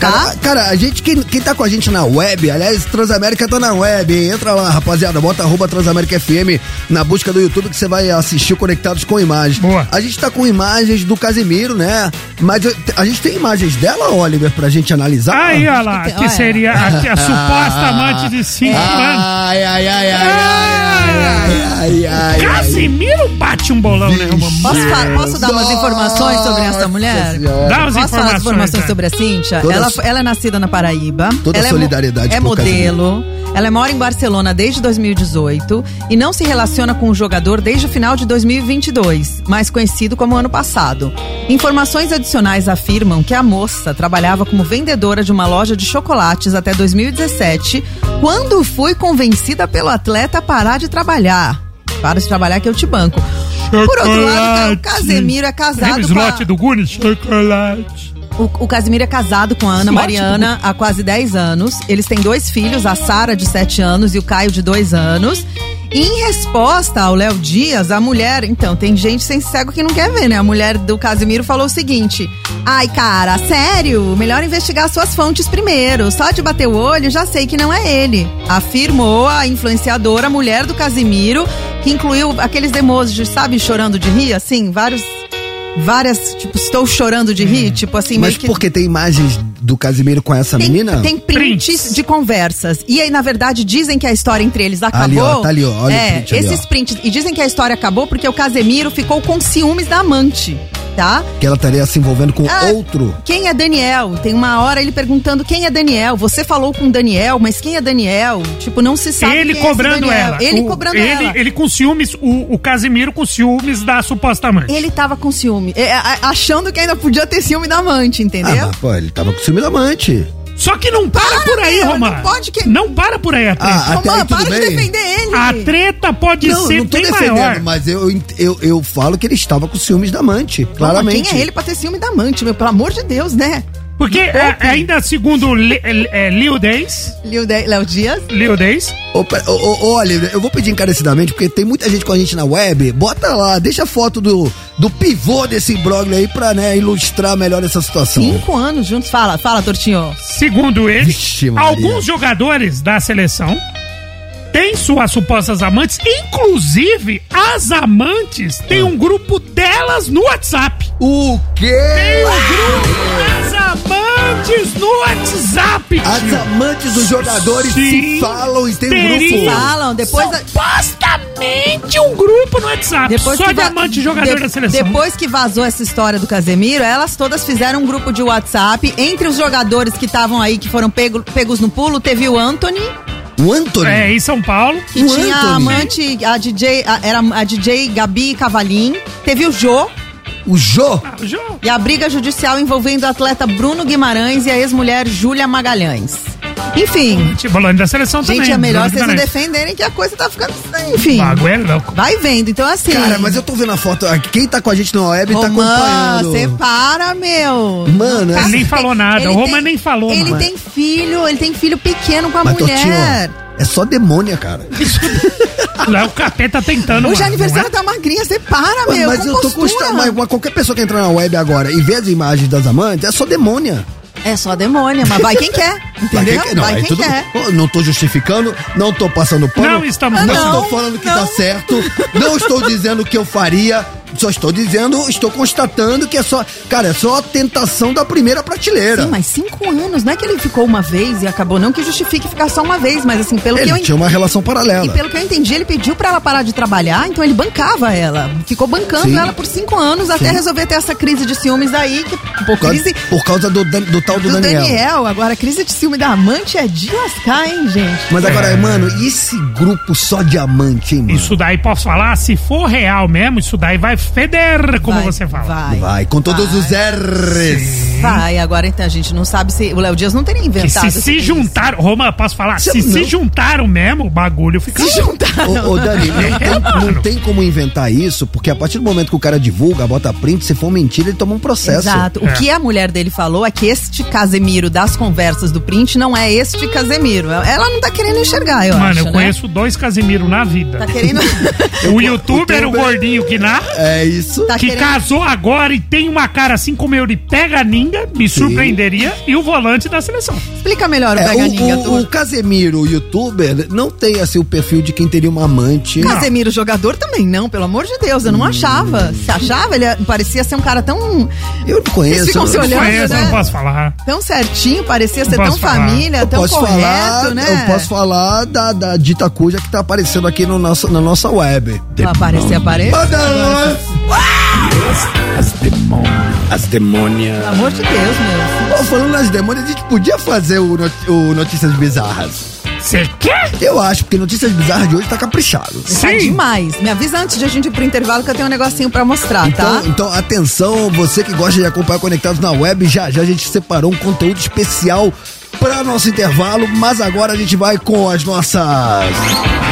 B: Cara, cara, a gente, quem, quem tá com a gente na web, aliás, Transamérica tá na web, hein? entra lá, rapaziada, bota arroba Transamérica FM na busca do YouTube que você vai assistir o Conectados com Imagens. Boa. A gente tá com imagens do Casemiro, né? Mas eu- a gente tem imagens dela, Oliver, pra gente analisar? Ah.
A: Aí, olha lá, que seria a,
C: Ah.
A: a suposta amante de 5 anos.
B: Ai, ai, ai, ai, ai, ai, ai.
A: Casimiro bate um bolão, né, Romão?
C: Posso, fa- posso dar umas informações sobre essa mulher?
A: Senhora. Dá umas
C: posso falar
A: informações, né?
C: as informações né?
A: vai.
C: sobre a Cíntia?
B: Toda
C: Ela,
B: so-
C: ela é nascida na Paraíba.
B: Toda
C: ela é mo-
B: solidariedade
C: É,
B: pro
C: modelo. Ela mora em Barcelona desde 2018 e não se relaciona com o jogador desde o final de 2022, mais conhecido como ano passado. Informações adicionais afirmam que a moça trabalhava como vendedora de uma loja de chocolates até 2017, quando foi convencida pelo atleta a parar de trabalhar. Para de trabalhar que eu te banco. Por outro lado, o Casemiro é
A: Lembra o
C: casado com a
A: slot do Gunis? Chocolate.
C: o, o Casimiro é casado com a Ana
A: Ótimo.
C: Mariana há quase 10 anos. Eles têm dois filhos, a Sara, de 7 anos, e o Caio, de 2 anos. Em resposta ao Léo Dias, a mulher. Então, tem gente sem cego que não quer ver, né? A mulher do Casimiro falou o seguinte: Ai, cara, sério? Melhor investigar suas fontes primeiro. Só de bater o olho, já sei que não é ele. Afirmou a influenciadora, mulher do Casimiro, que incluiu aqueles emojis, sabe? Chorando de rir, assim, vários. Várias, tipo, estou chorando de rir, tipo assim,
B: Hum. Mas
C: meio que-
B: porque tem imagens do Casimiro com essa
C: tem,
B: menina?
C: tem prints, de conversas. E aí, na verdade, dizem que a história entre eles acabou.
B: Ali, ó, tá ali, ó, olha o
C: é,
B: print ali,
C: esses
B: ó.
C: prints. E dizem que a história acabou porque o Casemiro ficou com ciúmes da amante, tá?
B: Que ela estaria se envolvendo com
C: Ah,
B: outro.
C: Quem é Daniel? Tem uma hora ele perguntando quem é Daniel. Você falou com Daniel, mas quem é Daniel? Tipo, não se sabe.
A: Ele
C: quem é esse
A: cobrando
C: Daniel.
A: ela.
C: Ele
A: O-
C: cobrando
A: ele,
C: ela.
A: Ele com ciúmes, o, o Casimiro com ciúmes da suposta amante.
C: Ele tava com ciúme, é, a- achando que ainda podia ter ciúme da amante,
B: Ah,
C: entendeu?
B: Pô, ele tava com ciúme da amante.
A: Só que não para, por aí, Romã. Não pode que... Não para por aí a treta.
B: Ah,
C: Então,
B: até Romã, aí tudo para de bem.
C: defender ele.
A: A treta pode
B: não,
A: ser
B: não tô
A: bem
B: defendendo,
A: maior.
B: mas eu, eu, eu falo que ele estava com ciúmes da amante, claramente.
C: Quem é ele pra ter ciúme da amante, meu? Pelo amor de Deus, né?
A: Porque é, ainda segundo Le, é, é, Lil Days...
C: Lil Léo Dias.
A: Lil Days.
B: Opa, ô, ô, olha, eu vou pedir encarecidamente, porque tem muita gente com a gente na web. Bota lá, deixa a foto do, do pivô desse imbróglio aí pra né, ilustrar melhor essa situação.
C: Cinco anos juntos. Fala, fala, Tortinho.
A: Segundo ele,
B: Vixe, Maria.
A: alguns jogadores da seleção têm suas supostas amantes, inclusive as amantes
B: Ah.
A: têm um grupo delas no WhatsApp.
B: O quê?
A: Tem um grupo das amantes no WhatsApp.
B: As amantes dos jogadores se falam e tem um grupo.
C: Falam, depois. da-
A: Supostamente um grupo no WhatsApp. só
C: que
A: de
C: va-
A: amante e jogador
C: de-
A: da seleção.
C: Depois que vazou essa história do Casemiro, elas todas fizeram um grupo de WhatsApp. Entre os jogadores que estavam aí, que foram pego- pegos no pulo, teve o Anthony.
B: O Anthony?
A: É, em São Paulo.
C: Que tinha a amante, a DJ, a- era a DJ Gabi Cavalim. Teve o Jô.
B: O Jô?
A: o Jô.
C: E a briga judicial envolvendo o atleta Bruno Guimarães e a ex-mulher Júlia Magalhães. Enfim.
A: Gente, Bolândia tipo, da seleção
C: Gente,
A: também.
C: é melhor vocês não
A: Bolândia da
C: defenderem que a coisa tá ficando.
A: seleção.
C: Enfim.
A: Bagulho é louco.
C: Vai vendo, então assim.
B: Cara, mas eu tô vendo a foto. aqui, Quem tá com a gente na web tá
C: Romã,
B: acompanhando.
C: você para, meu.
B: Mano, é assim.
A: Ele
B: essa-
A: nem falou nada.
C: ele
A: o Roma
C: tem-
A: nem falou,
C: Ele
A: mano.
C: tem filho, ele tem filho pequeno com a
B: Mas, Totinho,
C: mulher.
B: é só demônia,
C: *laughs*
B: cara.
A: Lá o capeta tá tentando.
C: Hoje é
B: mano,
C: aniversário
B: não
C: da magrinha, você para,
B: Mas,
C: meu.
B: mas eu tô com
C: compostura.
B: esta- mas, mas qualquer pessoa que entrar na web agora e ver as imagens das amantes, é só demônia.
C: É só demônia, mas vai quem quer,
B: Pra
C: entendeu?
B: quem quer- não,
C: vai
B: aí
C: quem
B: tudo-
C: quer.
B: Pô, Não tô justificando, não tô passando pano.
A: Não estamos
B: Não
A: passando.
B: estou falando que tá certo, não estou dizendo que eu faria, só estou dizendo, estou constatando que é só. Cara, é só a tentação da primeira prateleira.
C: Sim, mas cinco anos, não é que ele ficou uma vez e acabou, não que justifique ficar só uma vez, mas assim, pelo que
B: Ele
C: eu en-
B: tinha uma relação
C: E
B: paralela.
C: pelo que eu entendi, ele pediu pra ela parar de trabalhar, então ele bancava ela. Ficou bancando
B: Sim.
C: ela por cinco anos até
B: Sim.
C: resolver ter essa crise de ciúmes aí, que
B: Por causa,
C: crise-
B: por causa do, Dan- do tal do,
C: do Daniel.
B: Daniel.
C: Agora, a crise de ciúme da amante é de lascar, hein, gente?
B: Mas agora, mano, e esse grupo só de amante, hein, mano?
A: É. Isso daí posso falar? Se for real mesmo, isso daí vai feder, como você fala.
C: Vai.
B: Vai, com todos os R's.
C: Vai, agora então a gente não sabe se. O Léo Dias não teria
A: Que
C: inventado.
A: se se juntaram, Roma, posso falar?
B: Se-
A: Se se
B: não.
A: juntaram mesmo, o bagulho fica.
C: Se juntaram.
B: Ô, ô Dani,
C: *laughs*
B: não tem, não tem como inventar isso, porque a partir do momento que o cara divulga, bota print, se for mentira, ele toma um processo.
C: Exato.
A: É.
C: O que a mulher dele falou é que este Casemiro das conversas do print não é este Casemiro. Ela não tá querendo enxergar, eu
A: Mano,
C: acho.
A: eu
C: né?
A: conheço dois Casimiro na vida.
C: Tá
A: *laughs*
C: querendo.
A: O youtuber, o gordinho que na.
B: É isso.
C: Tá
A: que
C: querendo-
A: casou agora e tem uma cara assim como eu de pega ninga, me surpreenderia, e o volante da seleção.
C: Explica melhor o
B: É,
C: Peganinha.
B: o, o, o
C: tu.
B: Casemiro, o youtuber, não tem assim o perfil de quem teria uma amante.
C: Casemiro jogador também não, pelo amor de Deus, eu
B: Hum.
C: não achava. Se achava, ele parecia ser um cara tão
B: Eu não conheço.
C: Eles ficam
B: eu
C: se
B: não
C: olhando,
B: conheço.
C: né?
A: Não posso falar.
C: tão certinho, parecia
A: Não
C: ser tão
A: posso falar.
C: família,
B: Eu
C: tão
B: posso,
C: correto,
B: falar,
C: né?
B: eu posso falar da, da Dita Cuja que tá aparecendo aqui no nosso, na nossa web.
C: Vai aparecer, aparece.
B: Ah. Manda
M: As demônias.
C: Pelo amor de Deus, meu.
B: Pô, falando nas demônias, a gente podia fazer o, not- o Notícias Bizarras.
A: Você quer?
B: Eu acho, porque Notícias Bizarras de hoje tá caprichado.
C: Tá demais. Me avisa antes de a gente ir pro intervalo que eu tenho um negocinho pra mostrar,
B: Então,
C: tá?
B: então, atenção, você que gosta de acompanhar Conectados na Web, já já a gente separou um conteúdo especial para nosso intervalo, mas agora a gente vai com as nossas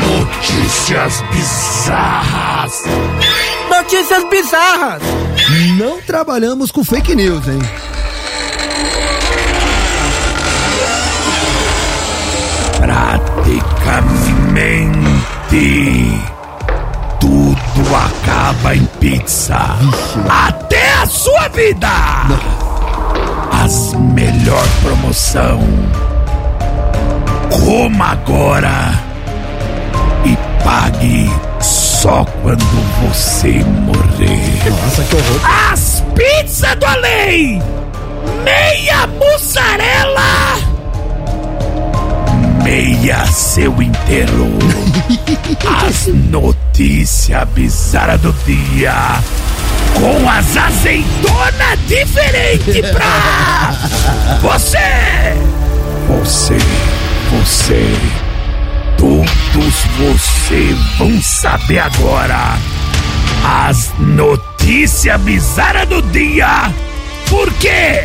D: Notícias bizarras.
N: Notícias bizarras.
B: Não trabalhamos com fake news, hein?
D: Praticamente
O: ti. Tudo acaba em pizza. Até a sua vida! As melhor promoção. Coma agora e pague só quando você morrer. Nossa, que horror. As pizzas do além! Meia mussarela! Meia seu inteiro. As notícias bizarras do dia. Com as azeitonas diferentes pra você! Você, você, todos vocês vão saber agora as notícias bizarras do dia. Porque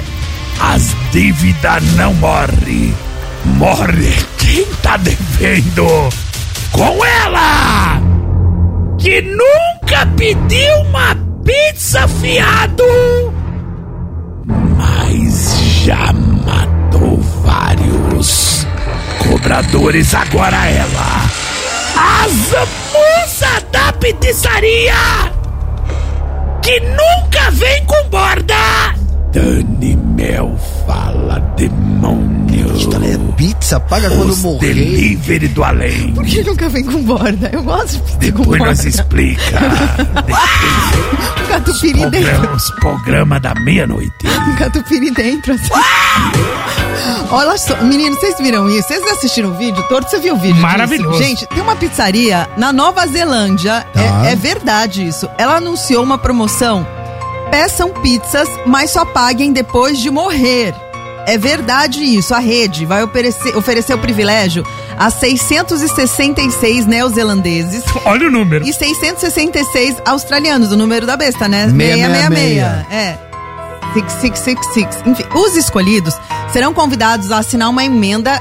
O: as dívidas não morrem, morre quem tá devendo com ela! Que nunca pediu uma pizza fiado, mas já matou vários cobradores. Agora ela, as musa da pizzaria, que nunca vem com borda. Dani Mel fala demônio.
B: História é pizza, paga quando
O: Os
B: morrer.
O: delivery do além.
C: Por que nunca vem com borda? Eu gosto de pizza com
O: Depois
C: borda.
O: nós explica.
C: *laughs* Um catupiry dentro.
O: Programa- Os programas da meia-noite.
C: Um catupiry dentro, assim. Olha só, menino, vocês viram isso? Vocês assistiram o vídeo todo? Você viu o vídeo? disso?
A: Maravilhoso.
C: Gente, tem uma pizzaria na Nova Zelândia.
O: Tá.
C: É, é verdade isso. Ela anunciou uma promoção. Peçam pizzas, mas só paguem depois de morrer. É verdade isso. A rede vai oferecer, oferecer o privilégio a 666 neozelandeses.
A: Olha o número.
C: E 666 australianos, o número da besta, né?
B: 666.
C: É. 6666. Enfim, os escolhidos serão convidados a assinar uma emenda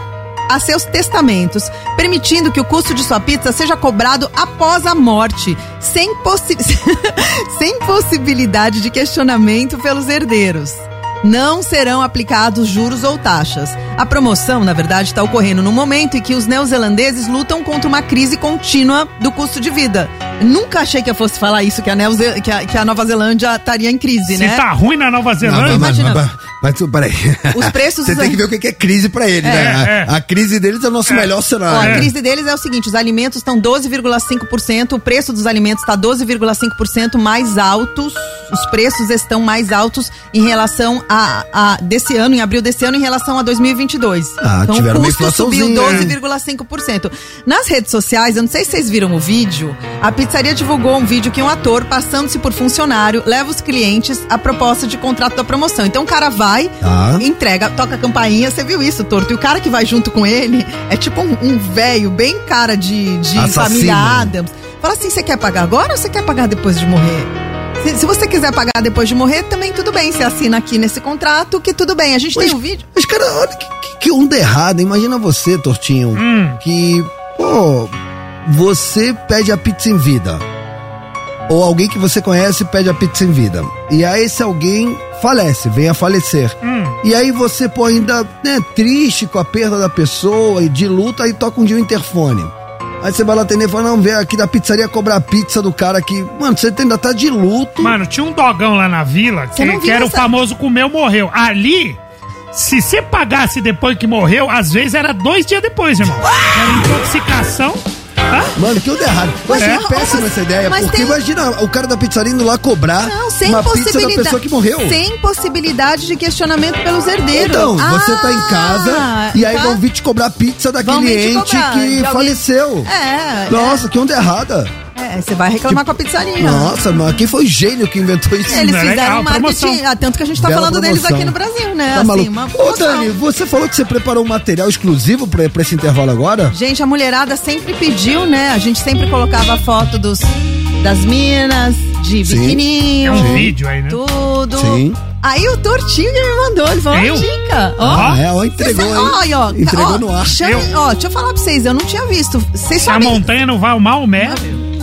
C: a seus testamentos, permitindo que o custo de sua pizza seja cobrado após a morte, sem, possi *laughs* sem possibilidade de questionamento pelos herdeiros. Não serão aplicados juros ou taxas. A promoção, na verdade, está ocorrendo no momento em que os neozelandeses lutam contra uma crise contínua do custo de vida. Nunca achei que eu fosse falar isso, que a, Neoze- que a- que a Nova Zelândia estaria em crise,
A: Se
C: né?
A: tá ruim na Nova Zelândia.
B: Não, mas- mas-
C: Imagina.
B: mas- mas tu- peraí. *laughs*
C: Os preços
B: Você
C: dos-
B: tem que ver o que que é crise pra eles,
C: É,
B: né? A, a crise deles é o nosso melhor
C: Ó,
B: cenário.
C: a crise deles é o seguinte: os alimentos estão 12,5%, o preço dos alimentos tá está 12,5% mais altos. Os preços estão mais altos em relação a, a- desse ano, em abril desse ano, em relação a 2022.
B: Ah,
C: então
B: tiveram
C: o
B: uma
C: custo subiu
B: inflaçãozinha, né?
C: 12,5%. Nas redes sociais, eu não sei se vocês viram o vídeo, a pizzaria divulgou um vídeo que um ator, passando-se por funcionário, leva os clientes a proposta de contrato da promoção. Então o cara vai,
B: Tá.
C: entrega, toca a campainha, você viu isso, torto. E o cara que vai junto com ele é tipo um, um velho, bem cara de, de
B: Assassino.
C: família Adams. Fala assim: você quer pagar agora ou você quer pagar depois de morrer? Se, se você quiser pagar depois de morrer, também tudo bem. Você assina aqui nesse contrato, que tudo bem. A gente tem o vídeo.
B: Mas, cara, olha que, que- que onda errada. Imagina você, Tortinho,
C: Hum.
A: hum,
B: que, pô, você pede a pizza em vida. Ou alguém que você conhece pede a pizza em vida. E aí esse alguém falece, vem a falecer.
C: Hum.
B: E aí você, pô, ainda né, triste com a perda da pessoa e de luta, aí toca um dia o interfone. Aí você vai lá atender e fala, não, vem aqui da pizzaria cobrar a pizza do cara que... Mano, você ainda tá de luto.
A: Mano, tinha um dogão lá na vila
B: Você não
A: que, que
B: viu
A: era o
B: essa-
A: famoso comeu, morreu. Ali, se você pagasse depois que morreu, às vezes era dois dias depois, irmão. Era intoxicação. Tá?
B: Mano, que eu errado. Mas
A: É.
B: é, péssima essa ideia,
C: mas
B: porque
C: tem-
B: imagina o cara da pizzaria indo lá cobrar
C: Não, sem
B: uma pizza da
C: possibilidade.
B: pessoa que morreu.
C: Sem possibilidade de questionamento pelos herdeiros. Ah,
B: Então, você tá em casa e aí
C: tá.
B: vão vir te cobrar pizza da
C: Vão vir te
B: cliente
C: cobrar,
B: que
C: de alguém-
B: faleceu.
C: É,
B: Nossa, que onda errada.
C: É, você vai reclamar com a pizzaria.
B: Nossa, mano, quem foi o gênio que inventou isso?
C: É.
B: Tá
C: Eles fizeram marketing, ah, tanto que a gente tá
B: Bela
C: falando deles
B: promoção.
C: aqui no Brasil, né?
B: Tá
C: Assim,
B: maluco?
C: uma
B: Ô,
C: promoção.
B: Dani, você falou que você preparou um material exclusivo pra, pra esse intervalo agora?
C: Gente, a mulherada sempre pediu, né? A gente sempre colocava a foto dos, das minas, de
B: Sim.
C: biquininho.
B: É um vídeo
A: aí, né?
C: Tudo.
B: Sim.
C: Aí o Tortinho que me mandou, ele falou, ó,
B: Eu?
C: dica. Ó,
B: Ah, é, ó, entregou,
C: Cê-
B: hein?
C: Olha, ó,
B: Entregou
C: ó,
B: no ar.
C: chame-
B: Eu- um-
C: ó, deixa eu falar pra vocês, eu não tinha visto. Vocês
A: A
C: sabem.
A: montanha não vai, né? o Maomé.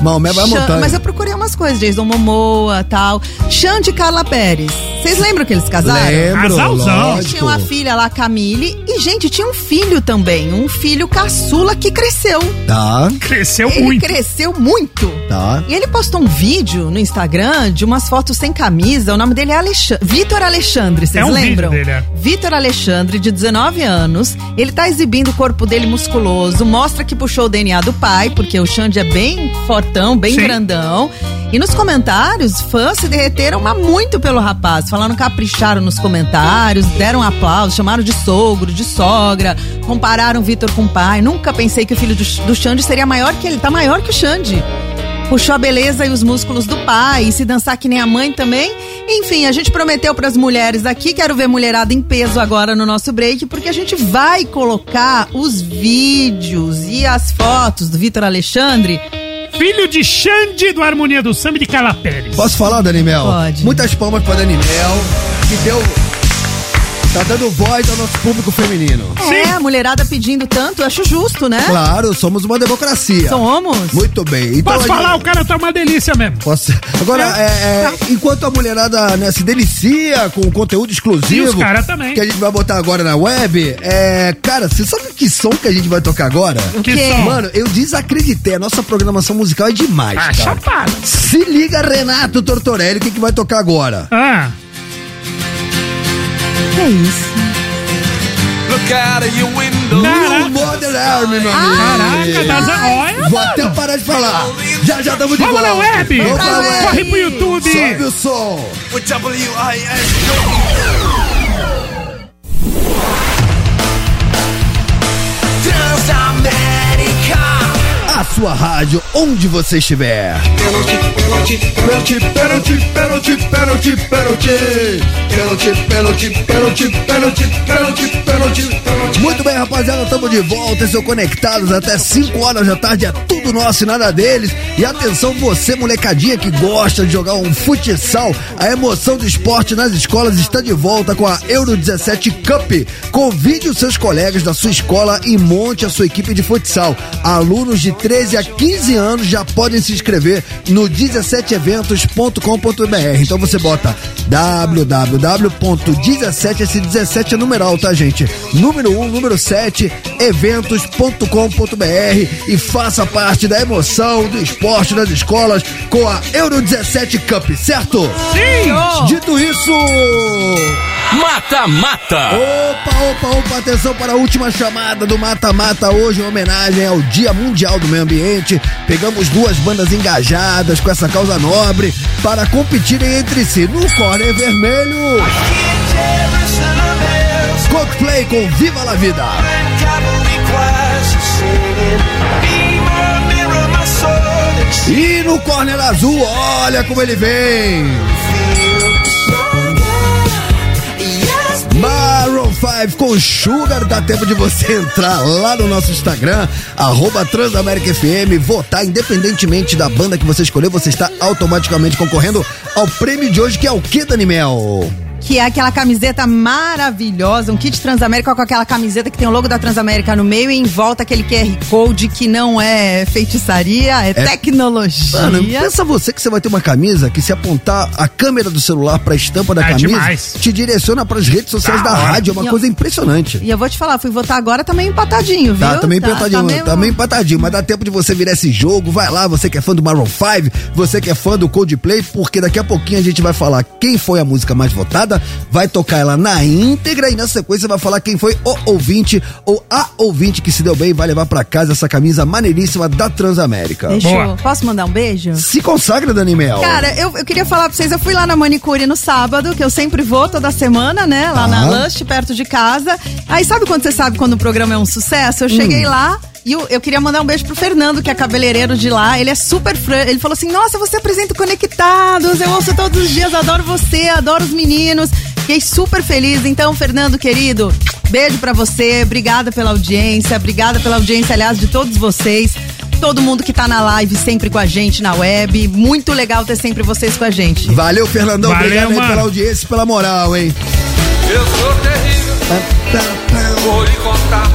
B: Maomé vai à
C: Chan-
B: montanha.
C: Mas eu procurei umas coisas, Jason Momoa tal. Chan de Carla Pérez. Vocês lembram que eles casaram?
B: Lembro, Casalzão. lógico.
C: É, Tinha uma filha lá, Camille. E, gente, tinha um filho também. Um filho caçula que cresceu.
B: Tá.
A: Cresceu
C: ele cresceu muito.
B: Tá.
C: E ele postou um vídeo no Instagram de umas fotos sem camisa. O nome dele é Alexandre. Vitor Alexandre, vocês
A: É um vídeo
C: lembram?
A: dele, é.
C: Vitor Alexandre, de 19 anos. Ele tá exibindo o corpo dele musculoso, mostra que puxou o DNA do pai, porque o Xande é bem fortão, bem
P: Sim.
C: grandão. E nos comentários, fãs se derreteram mas muito pelo rapaz. Falaram, capricharam nos comentários, deram aplausos, chamaram de sogro, de sogra, compararam o Vitor com o pai. Nunca pensei que o filho do, do Xande seria maior que ele. Tá maior que o Xande. Puxou a beleza e os músculos do pai, e se dançar que nem a mãe também. Enfim, a gente prometeu pras mulheres aqui, quero ver mulherada em peso agora no nosso break, porque a gente vai colocar os vídeos e as fotos do Vitor Alexandre.
A: Filho de Xande do Harmonia do Samba de Carla Pérez.
B: Posso falar, Danimel?
A: Pode.
B: Muitas palmas pra Danimel, que deu. Tá dando voz ao nosso público feminino.
C: É, a mulherada pedindo tanto, eu acho justo, né?
B: Claro, somos uma democracia.
C: Somos.
B: Muito bem. Então,
A: Posso
B: a gente-
A: falar? O cara tá uma delícia mesmo.
B: Posso... Agora, é, é, enquanto a mulherada né, se delicia com o conteúdo exclusivo.
A: E os cara também.
B: Que a gente vai botar agora na web. É, cara, você sabe que som que a gente vai tocar agora?
A: O Que quê? som?
B: Mano, eu desacreditei. A nossa programação musical é demais.
A: Ah,
B: cara.
A: chapada.
B: Se liga, Renato Tortorelli, o que, que vai tocar agora?
A: Ah.
C: Que é isso?
D: Look out of your window.
A: Ah,
B: New Modern Army, meu amigo.
C: Ah,
D: Caraca, tá za- olha,
B: Vou
D: mano.
B: até parar de falar. Já já tamo de
D: Vamos
B: volta.
D: na web.
B: Vamos pra
D: Vamos
B: web.
D: corre pro YouTube.
B: Sobe o som.
D: With W-I-N.
B: A sua rádio, onde você estiver.
D: Penalty, penalty, penalty, penalty, penalty, penalty, penalty. Penalty, penalty, penalty, penalty, penalty, penalty, penalty.
B: Muito bem, rapaziada, estamos de volta, são conectados até 5 horas da tarde, é tudo nosso e nada deles. E atenção, você, molecadinha que gosta de jogar um futsal, a emoção do esporte nas escolas está de volta com a Euro 17 Cup. Convide os seus colegas da sua escola e monte a sua equipe de futsal. Alunos de 13 a 15 anos já podem se inscrever no 17eventos.com.br. Então você bota www.17 esse 17 é numeral, tá, gente? Número 1, número 7, eventos.com.br e faça parte da emoção do esporte nas escolas com a Euro 17 Cup, certo?
J: Sim!
B: Dito isso,
J: Mata Mata.
B: Opa, opa, opa, atenção para a última chamada do Mata Mata hoje em homenagem ao Dia Mundial do Meio Ambiente. Pegamos duas bandas engajadas com essa causa nobre para competirem entre si no Corner Vermelho. Coldplay com Viva la Vida. E no Corner Azul, olha como ele vem. Maroon 5 com Sugar, dá tempo de você *laughs* entrar lá no nosso Instagram, arroba Transamérica FM, votar independentemente da banda que você escolher, você está automaticamente concorrendo ao prêmio de hoje, que é o que, Danimel?
C: Que é aquela camiseta maravilhosa, um kit Transamérica com aquela camiseta que tem o logo da Transamérica no meio e em volta aquele QR Code que não é feitiçaria, é, tecnologia.
B: Mano, pensa você que você vai ter uma camisa que se apontar a câmera do celular pra estampa da
A: É
B: camisa,
A: demais.
B: te direciona pras redes sociais da,
A: Da hora.
B: rádio, é uma
C: E eu-
B: coisa impressionante.
C: E eu vou te falar, fui votar agora, tá meio empatadinho, viu?
B: Tá, também empatadinho,
C: tá
B: também
C: meio-
B: empatadinho, mas dá tempo de você virar esse jogo, vai lá, você que é fã do Maroon 5, você que é fã do Coldplay, porque daqui a pouquinho a gente vai falar quem foi a música mais votada, vai tocar ela na íntegra e na sequência vai falar quem foi o ouvinte ou a ouvinte que se deu bem e vai levar pra casa essa camisa maneiríssima da Transamérica.
C: Deixa eu... Posso mandar um beijo?
B: Se consagra, Dani Mel.
C: Cara, eu, eu queria falar pra vocês, eu fui lá na manicure no sábado, que eu sempre vou toda semana, né? Lá na
B: Aham.
C: Lush, perto de casa. Aí sabe quando você sabe quando o programa é um sucesso? Eu cheguei lá. E eu, eu queria mandar um beijo pro Fernando, que é cabeleireiro de lá. Ele é super fã. Ele falou assim: Nossa, você apresenta o Conectados. Eu ouço todos os dias, adoro você, adoro os meninos. Fiquei super feliz. Então, Fernando, querido, beijo pra você. Obrigada pela audiência. Obrigada pela audiência, aliás, de todos vocês todo mundo que tá na live sempre com a gente na web. Muito legal ter sempre vocês com a gente.
B: Valeu, Fernandão,
A: Valeu,
B: obrigado aí
A: mano.
B: pela audiência e pela moral, hein?
D: Eu sou terrível. Vou lhe contar.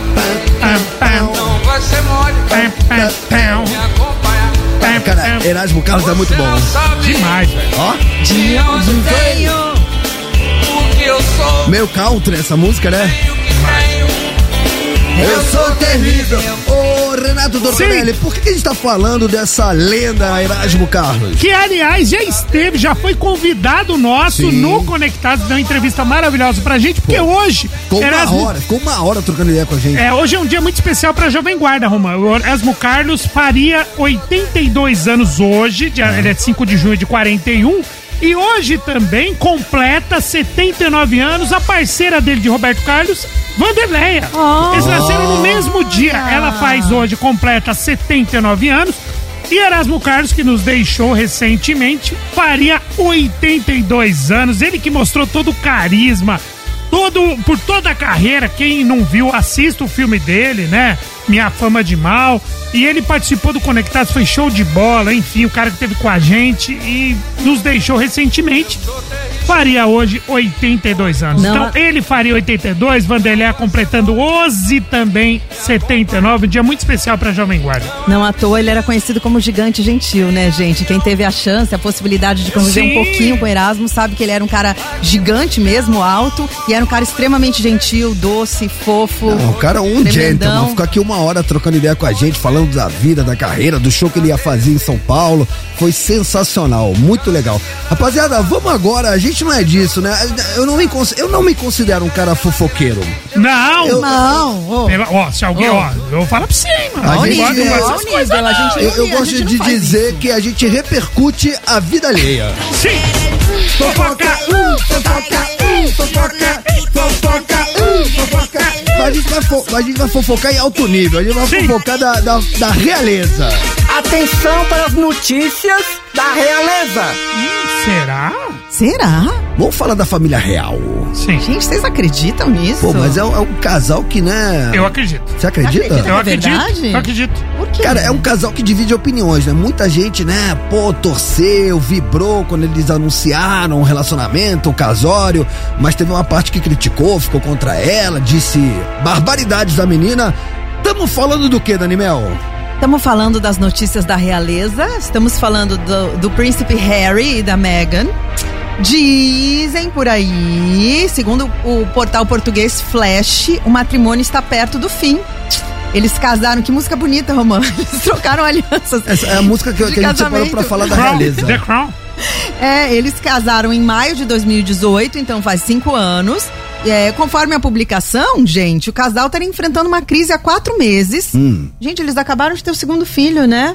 D: Não vai ser mole. Me acompanhar.
B: Cara, Erasmo Carlos é muito é bom.
D: Sabe
A: Demais, velho.
B: Ó.
D: de onde veio?
B: Meio country essa música, né? Eu sou terrível. Ô, Renato Dornelli, por que que a gente tá falando dessa lenda Erasmo Carlos?
A: Que, aliás, já esteve, já foi convidado nosso
B: Sim.
A: no Conectados, deu uma entrevista maravilhosa pra gente, porque hoje.
B: Ficou uma hora, ficou uma hora trocando ideia com a gente.
A: É, hoje é um dia muito especial pra Jovem Guarda, Romã. O Erasmo Carlos faria 82 anos hoje, dia- ele é 5 de junho de 41. E hoje também completa 79 anos a parceira dele de Roberto Carlos, Vanderleia. Eles nasceram no mesmo dia. Ela faz hoje, completa 79 anos. E Erasmo Carlos, que nos deixou recentemente, faria 82 anos. Ele que mostrou todo o carisma, todo por toda a carreira, quem não viu, assista o filme dele, né? Minha fama de mal. E ele participou do Conectados, foi show de bola, enfim, o cara que teve com a gente e nos deixou recentemente. Faria hoje 82 anos.
C: Não,
A: então, ele faria 82, Vanderlei completando 11 também 79, um dia muito especial pra Jovem Guarda.
C: Não à toa, ele era conhecido como gigante gentil, né, gente? Quem teve a chance, a possibilidade de conviver
A: Sim.
C: um pouquinho com o Erasmo, sabe que ele era um cara gigante mesmo, alto, e era um cara extremamente gentil, doce, fofo.
B: Não, o cara é um gentleman,
C: tremendão.
B: ficar aqui uma hora trocando ideia com a gente, falando da vida, da carreira, do show que ele ia fazer em São Paulo. Foi sensacional, muito legal. Rapaziada, vamos agora, a gente não é disso, né? Eu não me, cons- eu não me considero um cara fofoqueiro.
A: Não!
C: Não!
A: Pela- ó, se alguém,
B: Ô.
A: ó, eu falo pra você, hein, mano.
B: A
A: Não
B: gente-
A: gosto mais dessas coisas, não.
B: eu, eu gosto de dizer que a gente repercute a vida alheia.
A: Sim!
D: Fofoca,
B: um,
D: uh, fofoca, uh, fofoca, fofoca,
B: um,
D: uh, fofoca.
B: Mas a gente vai, fo- a gente vai fofocar em alto nível, a gente vai fofocar da, da, da realeza.
N: Atenção para as notícias da realeza.
A: será?
C: Será?
B: Vamos falar da família real.
A: Sim.
C: Gente, vocês acreditam nisso?
B: Pô, mas é, um- é um casal que, né?
A: Eu acredito.
B: Você acredita?
C: Acredita que é Eu acredito, verdade? eu acredito. Por quê?
B: Cara, é um casal que divide opiniões, né? Muita gente, né, pô, torceu, vibrou quando eles anunciaram o relacionamento, o casório, mas teve uma parte que criticou, ficou contra ela, disse barbaridades da menina. Tamo falando do que, Dani Mel?
C: Estamos falando das notícias da realeza, estamos falando do, do príncipe Harry e da Meghan. Dizem por aí, segundo o portal português Flash, o matrimônio está perto do fim. Eles casaram, que música bonita, Romã. *laughs* Eles trocaram alianças.
B: Essa é a música que,
C: de
B: que a gente separou
C: casamento.
B: pra falar da realeza.
A: *laughs*
C: É, eles casaram em maio de 2018, então faz cinco anos. É, conforme a publicação, gente, o casal está enfrentando uma crise há quatro meses.
B: Hum.
C: Gente, eles acabaram de ter o segundo filho, né?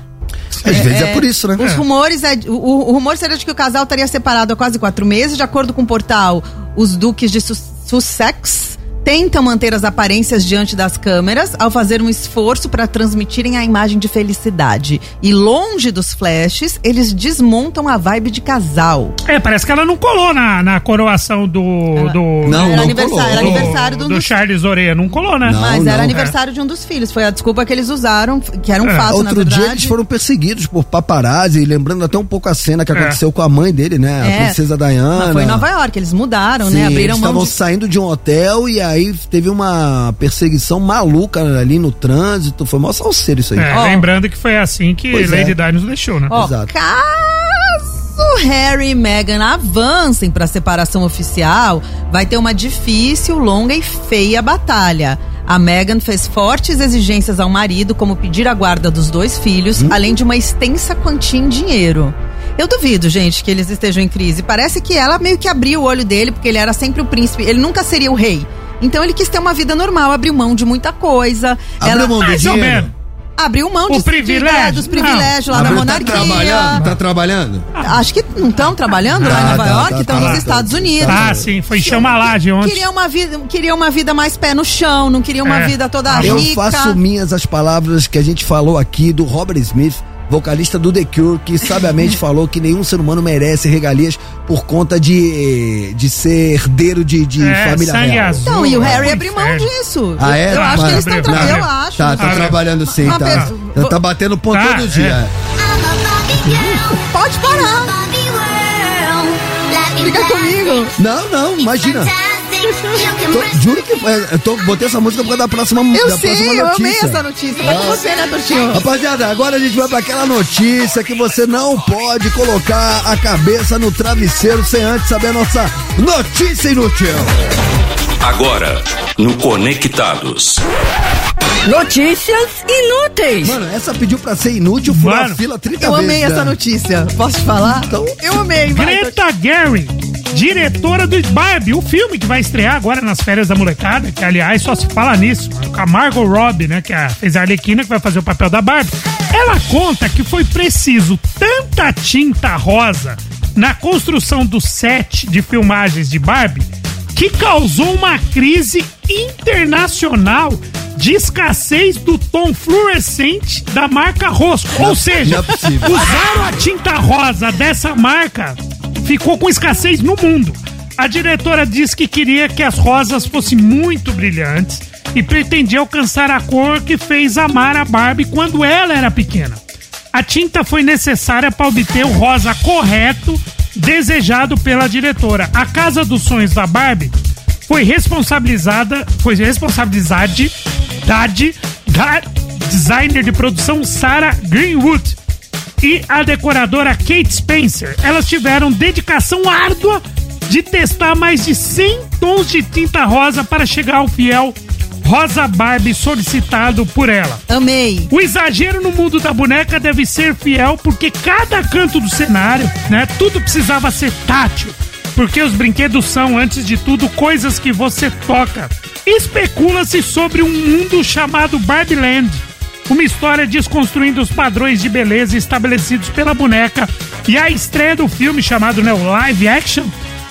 B: Às vezes é por isso, né?
C: Os
B: É.
C: rumores é, o, o rumor seria de que o casal estaria separado há quase quatro meses, de acordo com o portal. Os duques de Sus- Sussex tentam manter as aparências diante das câmeras ao fazer um esforço para transmitirem a imagem de felicidade. E longe dos flashes, eles desmontam a vibe de casal.
A: É, parece que ela não colou na, na coroação do. do
C: Não, Era não aniversário- colou. era aniversário
A: do,
C: do-
A: do Charles Oreia. Não colou, né?
C: Mas era aniversário de um dos filhos. Foi a desculpa que eles usaram, que era um
B: É.
C: fato, na
B: Outro
C: verdade.
B: dia eles foram perseguidos por paparazzi, lembrando até um pouco a cena que
C: É.
B: aconteceu com a mãe dele, né?
C: É.
B: A princesa
C: Mas
B: Diana.
C: foi em Nova York, eles mudaram, né?
B: Sim,
C: Abriram
B: eles
C: mão
B: estavam
C: de
B: saindo de um hotel e aí teve uma perseguição maluca ali no trânsito. Foi mó salseiro isso aí.
A: É, Lembrando que foi assim que
B: Pois é.
A: Lady Di nos deixou, né?
C: Ó, caso Harry e Meghan avancem para a separação oficial, vai ter uma difícil, longa e feia batalha. A Meghan fez fortes exigências ao marido, como pedir a guarda dos dois filhos,
B: Hum?
C: além de uma extensa quantia em dinheiro. Eu duvido, gente, que eles estejam em crise. Parece que ela meio que abriu o olho dele, porque ele era sempre o príncipe, ele nunca seria o rei. Então ele quis ter uma vida normal, abriu mão de muita coisa.
B: Abriu
C: ela... tá
B: mão do Mais ou dinheiro? menos.
C: Abriu mão de,
A: O
C: de-
A: privilégio?
C: dos privilégios lá
B: Agora
C: da
B: tá
C: monarquia.
B: trabalhando? Tá trabalhando?
C: Acho que não estão trabalhando lá em Nova
A: tá,
C: York,
A: tá,
C: estão
A: tá,
C: nos
A: tá,
C: Estados
A: tá.
C: Unidos.
A: Ah, sim, foi chamalagem ontem.
C: Queria uma vida, queria uma vida mais pé no chão, não queria uma
B: É.
C: vida toda
B: Eu
C: Tá rica.
B: faço minhas as palavras que a gente falou aqui do Robert Smith, vocalista do The Cure, que
C: *laughs*
B: sabiamente falou que nenhum ser humano merece regalias por conta de, de ser herdeiro de, de
A: É,
B: família
A: sangue
B: real.
A: azul.
C: Não, Então, e o Harry
A: Ah,
C: abriu mão
A: inferno.
C: disso.
B: Ah, é?
C: Eu acho que eles
B: Abriu,
C: estão trabalhando.
B: abriu.
C: Eu acho.
B: Tá, tá
C: Abriu.
B: trabalhando sim,
C: Uma
B: tá.
C: pessoa-
B: Tá batendo ponto
A: Tá,
B: todo dia.
C: Pode parar. Fica comigo.
B: Não, não, imagina. Tô- juro que é, eu tô, botei essa música por causa da próxima
C: Eu
B: da próxima
C: sei, eu
B: notícia.
C: amei essa notícia. Tá com você, né, Tortinho?
B: Rapaziada, agora a gente vai pra aquela notícia que você não pode colocar a cabeça no travesseiro sem antes saber a nossa notícia inútil.
J: Agora, no Conectados.
B: Notícias inúteis. Mano, essa pediu pra ser inútil, foi a fila 30
C: Eu
B: vezes. né?
C: amei essa
B: já.
C: notícia. Posso te falar?
B: Então,
C: Eu amei, vai.
A: Greta Gary, diretora do Barbie, o filme que vai estrear agora nas férias da molecada, que aliás só se fala nisso, com a Margot Robbie, né, que é a- fez a Arlequina, que vai fazer o papel da Barbie. Ela conta que foi preciso tanta tinta rosa na construção do set de filmagens de Barbie que causou uma crise internacional de escassez do tom fluorescente da marca Rosco. Ou seja, usaram a tinta rosa dessa marca, ficou com escassez no mundo. A diretora disse que queria que as rosas fossem muito brilhantes e pretendia alcançar a cor que fez amar a Barbie quando ela era pequena. A tinta foi necessária para obter o rosa correto desejado pela diretora. A Casa dos Sonhos da Barbie foi responsabilizada, foi responsabilizada dade- da designer de produção Sarah Greenwood e a decoradora Kate Spencer. Elas tiveram dedicação árdua de testar mais de 100 tons de tinta rosa para chegar ao fiel Rosa Barbie solicitado por ela.
C: Amei.
A: O exagero no mundo da boneca deve ser fiel porque cada canto do cenário, né, tudo precisava ser tátil. Porque os brinquedos são, antes de tudo, coisas que você toca. Especula-se sobre um mundo chamado Barbie Land. Uma história desconstruindo os padrões de beleza estabelecidos pela boneca. E a estreia do filme chamado né, o Live Action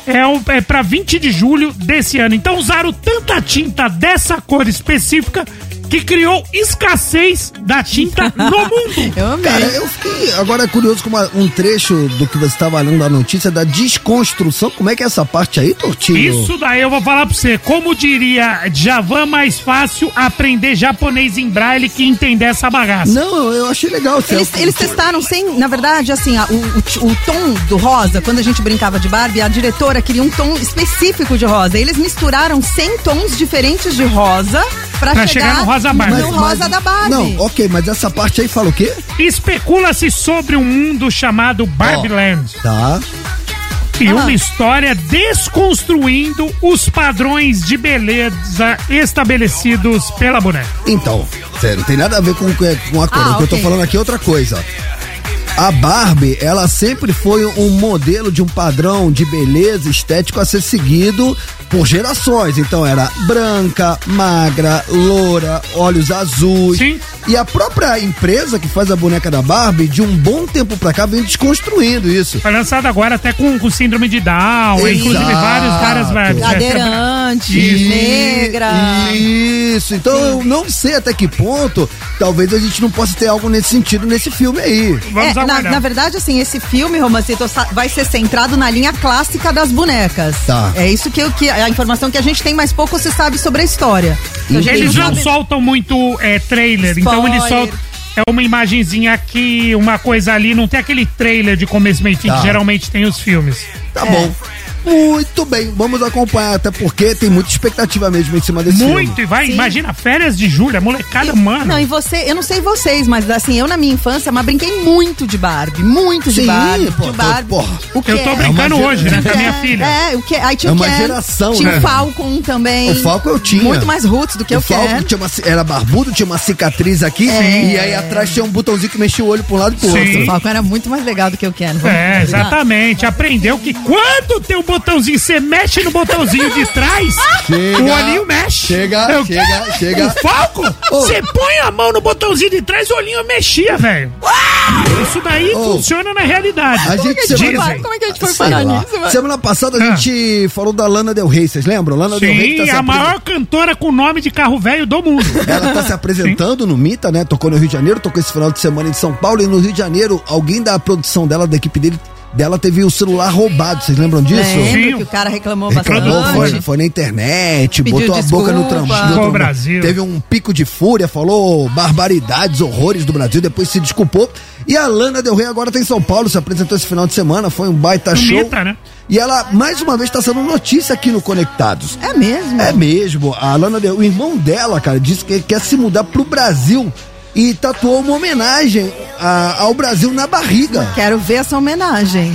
A: é, o- é para 20 de julho desse ano. Então usaram tanta tinta dessa cor específica que criou escassez da tinta no
B: *laughs*
A: mundo.
C: Eu
B: Cara, eu fiquei agora curioso com uma- um trecho do que você estava lendo da notícia da desconstrução. Como é que é essa parte aí, Tortinho?
A: Isso daí eu vou falar pra você. Como diria Javan, mais fácil aprender japonês em braille que entender essa bagaça.
B: Não, eu achei legal.
A: é
C: Eles, eles testaram sem, na verdade, assim, a- o, o- o tom do rosa, quando a gente brincava de Barbie, a diretora queria um tom específico de rosa. Eles misturaram 100 tons diferentes de rosa pra,
A: Pra chegar no rosa Barbie.
C: No rosa da Barbie.
B: Não, ok, mas essa parte aí fala o quê?
A: Especula-se sobre um mundo chamado Barbie Land.
B: Tá.
A: E
B: Ah.
A: uma história desconstruindo os padrões de beleza estabelecidos pela boneca.
B: Então, sério, não tem nada a ver com, o que- é, com a cor.
A: Ah,
B: o que eu tô
A: ok.
B: falando aqui é outra coisa. A Barbie, ela sempre foi um modelo de um padrão de beleza estético a ser seguido por gerações. Então era branca, magra, loura, olhos azuis. Sim. E a própria empresa que faz a boneca da Barbie, de um bom tempo pra cá, vem desconstruindo isso.
A: Foi Tá lançado agora até com, com síndrome de Down, inclusive vários é, várias Barbies.
C: Cadeirante,
B: Isso.
C: negra.
B: Isso, então eu não sei até que ponto talvez a gente não possa ter algo nesse sentido nesse filme aí.
C: É, na, na verdade, assim, esse filme, Romancito, sa- vai ser centrado na linha clássica das bonecas.
B: Tá.
C: É isso que, eu- que a informação que a gente tem, mas pouco se sabe sobre a história. Então, a gente
A: Eles não
C: sabe-
A: soltam muito é, trailer, então
C: Spoiler.
A: eles soltam é, uma imagenzinha aqui, uma coisa ali, não tem aquele trailer de começo meio fim
B: Tá.
A: que geralmente tem os filmes.
B: Tá bom. Muito bem, vamos acompanhar, até porque tem muita expectativa mesmo em cima desse filme.
A: Muito, e vai, imagina, férias de julho, a molecada, mano.
C: Não, e você, eu não sei vocês, mas assim, eu na minha infância, mas brinquei muito de Barbie, muito de
B: Sim,
C: Barbie,
B: pô,
C: de
B: tô-
C: Barbie.
B: porra.
A: Eu tô
C: é?
A: brincando
C: É uma
A: hoje, né, com a minha
C: É,
A: filha.
C: É, o que? Aí tinha
B: É
C: o
B: uma
C: Cat,
B: geração,
C: Tinha
B: né?
C: o Falcon também.
B: O Falco eu tinha.
C: Muito mais roots do que
B: o
C: o
B: Falco
C: Cat.
B: tinha uma, era barbudo, tinha uma cicatriz aqui,
C: É.
B: e aí atrás tinha um botãozinho que mexia o olho pro lado e pro
C: O
B: outro.
C: Falcon era muito mais legal do que o Ken. vamos
A: É,
C: combinar.
A: exatamente. Aprendeu que quando tem um botãozinho, você mexe no botãozinho de trás,
B: Chega,
A: o olhinho mexe.
B: chega, chega, chega.
A: O Falco, você põe a mão no botãozinho de trás, o olhinho mexia, velho. Isso daí funciona na realidade.
B: A gente semana,
A: Dizem.
C: Como é que a gente foi
B: Sei
C: parar
B: lá.
C: nisso? mano?
B: Semana passada a
A: Ah.
B: gente falou da Lana Del Rey, vocês lembram? Lana Del Rey que tá
A: Sim,
B: se
A: a
B: apresen-
A: maior cantora com nome de carro velho do mundo.
B: Ela
A: *laughs*
B: tá se apresentando no Mita, né? Tocou no Rio de Janeiro, tocou esse final de semana em São Paulo e no Rio de Janeiro, alguém da produção dela, da equipe dele, dela teve o celular roubado. Vocês lembram disso?
C: Lembro que o cara reclamou bastante.
B: Reclamou, foi, foi na internet,
C: Pediu
B: botou a boca no
C: desculpa.
B: trampo.
A: Xingou o Brasil.
B: Teve um pico de fúria, falou barbaridades, horrores do Brasil, depois se desculpou. E a Lana Del Rey agora tá em São Paulo, se apresentou esse final de semana, foi um baita *laughs*
A: No
B: show.
A: Mita, né?
B: E ela, mais uma vez, tá sendo notícia aqui no Conectados.
C: É mesmo?
B: É mesmo. A Lana Del o irmão dela, cara, disse que quer se mudar pro Brasil e tatuou uma homenagem a- ao Brasil na barriga.
C: Quero ver essa homenagem.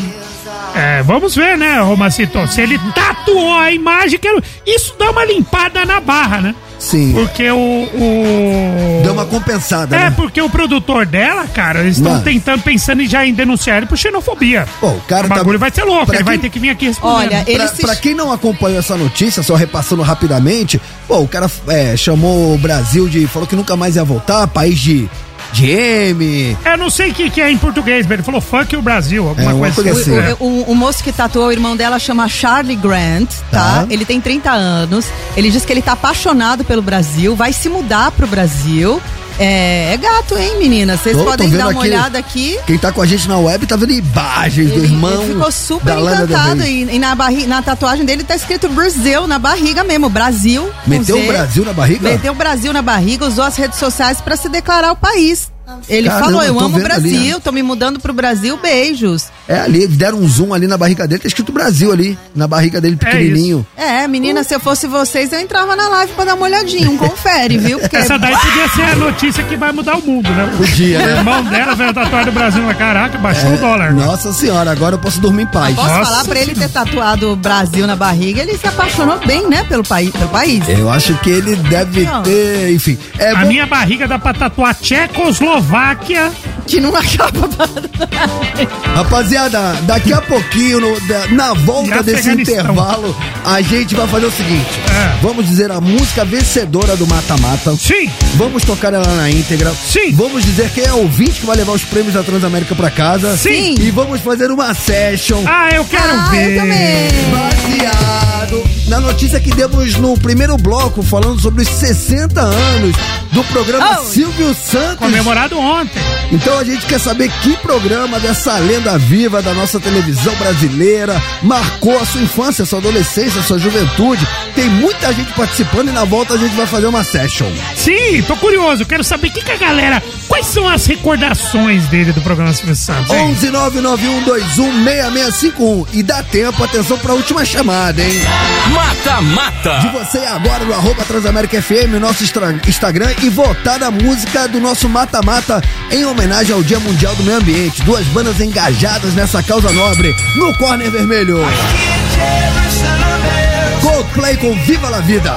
A: É, vamos ver, né, Romacito? Se ele tatuou a imagem. Que era... Isso dá uma limpada na barra, né?
B: Sim.
A: Porque o. o...
B: Deu uma compensada,
A: É,
B: né?
A: porque o produtor dela, cara, eles estão
B: Mano.
A: tentando, pensando em já em denunciar ele por xenofobia.
B: o cara tá-
A: bagulho vai ser louco, ele
B: Pra
A: vai
B: quem-
A: ter que vir aqui responder.
C: Olha, ele
B: pra,
C: se-
B: pra quem não acompanhou essa notícia, só repassando rapidamente, pô, o cara é, chamou o Brasil de. falou que nunca mais ia voltar, país de, de M.
A: Eu não sei o que, que é em português, mas ele falou funk o Brasil, alguma
B: É, uma
A: coisa,
B: coisa
A: assim.
B: assim.
A: É.
C: O, o moço que tatuou o irmão dela chama Charlie Grant, tá?
B: Tá.
C: Ele tem 30 anos. Ele diz que ele tá apaixonado pelo Brasil, vai se mudar pro Brasil. É, é gato, hein, meninas? Vocês
B: Tô- tô
C: podem
B: vendo
C: dar uma
B: aqui-
C: olhada aqui.
B: Quem tá com a gente na web tá vendo imagens do
C: Ele,
B: irmão.
C: ele ficou super
B: da Lana Del
C: encantado
B: Rey.
C: e, e na, barri, na tatuagem dele tá escrito Brasil na barriga mesmo, Brasil. com
B: Meteu
C: Z.
B: o Brasil na barriga?
C: Meteu o Brasil na barriga, usou as redes sociais pra se declarar o país. Ele
B: Caramba,
C: falou, eu
B: tô
C: amo o
B: vendo ali, né?"
C: Brasil, tô me mudando pro Brasil, beijos.
B: É ali, deram um zoom ali na barriga dele, tá escrito Brasil ali, na barriga dele pequenininho.
C: É, menina, se eu fosse vocês, eu entrava na live pra dar uma olhadinha. Um confere, viu?
B: é.
C: Porque
A: Essa daí podia ser a notícia que vai mudar o mundo, né?
B: Podia,
A: O
B: né?
A: *laughs* irmão dela veio tatuar do Brasil, mas caraca,
B: É,
A: baixou o dólar. né?
B: Nossa senhora, agora eu posso dormir em paz.
C: posso falar pra ele ter tatuado o Brasil na barriga, ele se apaixonou bem, né, pelo, paí pelo país.
B: Eu acho que ele deve
C: Não.
B: ter, enfim. É
A: a
B: bom-
A: minha barriga dá pra tatuar Tchecoslováquia.
C: Que não *laughs* acaba.
B: Rapaziada, daqui a pouquinho, no- da- na
A: E
B: volta desse
A: Afeganistão.
B: intervalo, a gente vai fazer o seguinte: vamos dizer a música vencedora do Mata-Mata.
A: É. Sim.
B: Vamos tocar ela na íntegra.
A: Sim.
B: Vamos dizer quem é o ouvinte que vai levar os prêmios da Transamérica pra casa.
A: Sim.
B: E vamos fazer uma session.
A: Ah, eu quero
B: Ah,
A: ver.
B: eu também. Baseado na notícia que demos no primeiro bloco, falando sobre os 60 anos do programa
A: Oh.
B: Silvio Santos.
A: Comemorado ontem.
B: Então a gente quer saber que programa dessa lenda viva da nossa televisão brasileira marcou a sua infância, sua adolescência, sua juventude. Tem muita gente participando e na volta a gente vai fazer uma session.
A: Sim, tô curioso. Quero saber o que, que a galera. Quais são as recordações dele do programa Silvio Santos? hein?
B: 11 6651 E dá tempo, atenção pra última chamada, hein?
J: Mata, mata.
B: De você agora no arroba Transamérica FM, nosso estra- Instagram e votar na música do nosso mata-mata em homenagem ao Dia Mundial do Meio Ambiente. Duas bandas engajadas nessa causa nobre no Corner Vermelho. Coldplay com Viva la Vida.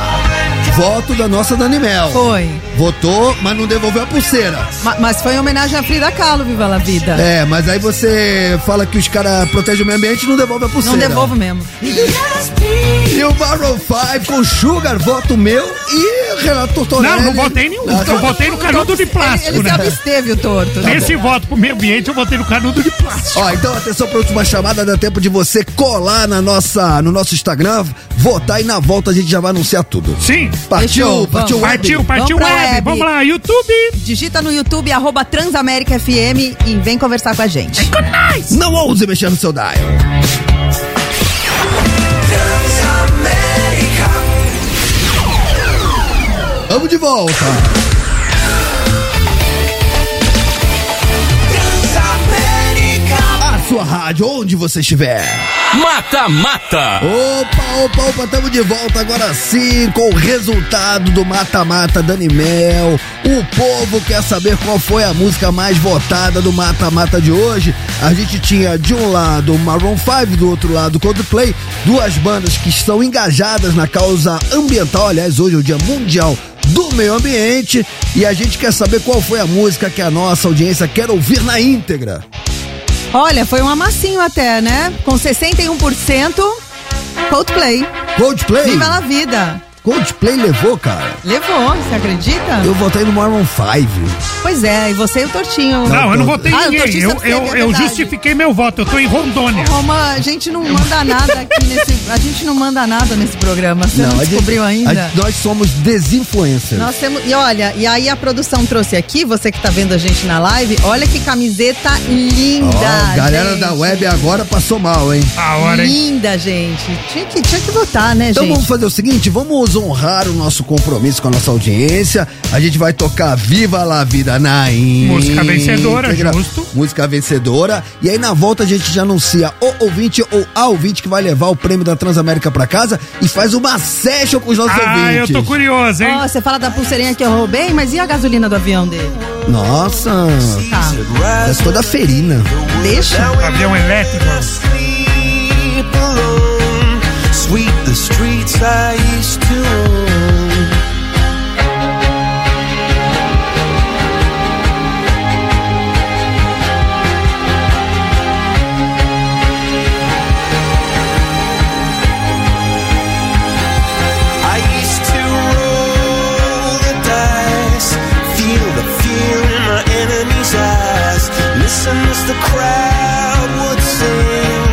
B: Voto da nossa Dani Mel.
C: Foi.
B: Votou, mas não devolveu a pulseira.
C: Ma- Mas foi em homenagem a Frida Kahlo, Viva la Vida.
B: É, mas aí você fala que os caras protegem o meio ambiente e não devolve a
C: Não
B: pulseira.
C: devolvo mesmo.
B: E o Maroon 5 com Sugar, voto meu e Renato Tortorelli. Ah, tá.
A: Não, não votei nenhum. então Eu votei no canudo de plástico,
C: Ele, ele se
A: né?
C: absteve, o torto. né?
A: Nesse voto pro meio ambiente, eu votei no canudo de plástico.
B: Ó, então atenção pra última chamada, dá tempo de você colar na nossa, no nosso Instagram, votar e na volta a gente já vai anunciar tudo.
A: Sim.
B: Partiu,
C: Fechou,
B: partiu,
C: vamos.
B: web.
A: Partiu, partiu
C: Vamos pra
A: web.
C: web.
A: Vamos lá, YouTube.
C: Digita no YouTube, arroba Transamérica FM e vem conversar com a gente.
B: Não ouse mexer no seu dial. Vamos de volta. A sua rádio, onde você estiver.
J: Mata, mata.
B: Opa, opa, opa, estamos de volta agora sim com o resultado do Mata-Mata Dani Mel. O povo quer saber qual foi a música mais votada do Mata-Mata de hoje. A gente tinha de um lado o Maroon 5, do outro lado o Coldplay, duas bandas que estão engajadas na causa ambiental. Aliás, hoje é o Dia Mundial do Meio Ambiente e a gente quer saber qual foi a música que a nossa audiência quer ouvir na íntegra.
C: Olha, foi um amassinho até, né? Com 61%, Coldplay.
B: Coldplay?
C: Viva la vida.
B: Coldplay levou, cara.
C: Levou, você acredita?
B: Eu votei no Maroon 5.
C: Pois é, e você e o Tortinho.
A: Não, eu não votei em
C: Ah, o
A: ninguém.
C: Tortinho
A: Eu,
C: sabe
A: eu,
C: escrever, é
A: eu
C: verdade.
A: justifiquei meu voto. Eu tô em Rondônia.
C: Roma, a gente não manda nada
B: *laughs*
C: aqui nesse... A gente não manda nada nesse programa, você não,
B: a gente-
C: descobriu ainda?
B: a gente- nós somos desinfluencers.
C: Nós temos. E olha, e aí a produção trouxe aqui, você que tá vendo a gente na live, olha que camiseta linda!
B: Ó, galera
C: gente.
B: da web agora passou mal, hein?
A: A hora, hein?
C: Linda, gente. Tinha que, tinha que votar, né,
B: Então
C: gente?
B: vamos fazer o seguinte, vamos honrar o nosso compromisso com a nossa audiência. A gente vai tocar Viva la Vida na íntegra.
A: Música vencedora, justo.
B: Música vencedora. E aí na volta a gente já anuncia o ouvinte ou a ouvinte que vai levar o prêmio da Transamérica pra casa e faz uma session com os nossos
A: Ah, eu
B: ouvintes.
A: tô curioso, hein?
C: Ó, você fala da pulseirinha que eu roubei, mas e a gasolina do avião dele?
B: Nossa,
C: Tá.
B: tá toda ferina.
C: Deixa.
A: Avião elétrico.
K: sweet the streets I used to own. I used to roll the dice, feel the fear in my enemy's eyes, listen as the crowd would sing.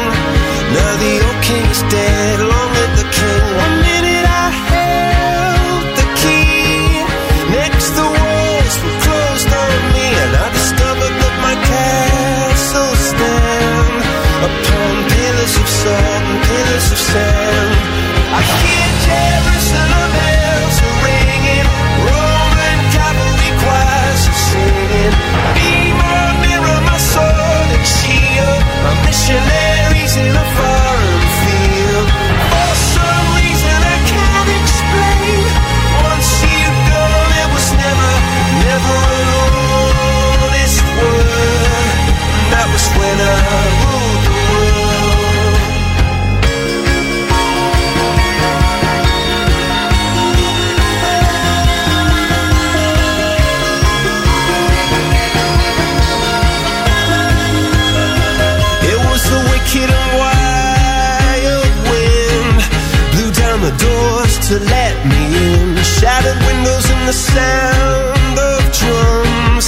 K: Now the old king is dead, long live the king. One minute I held the key, next the walls were closed on me, and I discovered that my castle stand upon pillars of salt and pillars of sand. I hear Jerusalem bells are ringing, Roman cavalry choirs are singing. Beamer, mirror, my sword and shield, my missionaries in a foreign field. For some reason I can't explain, once you've gone, it was never, never an honest word. And that was when I ruled the world. It was the wicked and wild wind blew down the doors to let me in. Shattered windows and the sound of drums.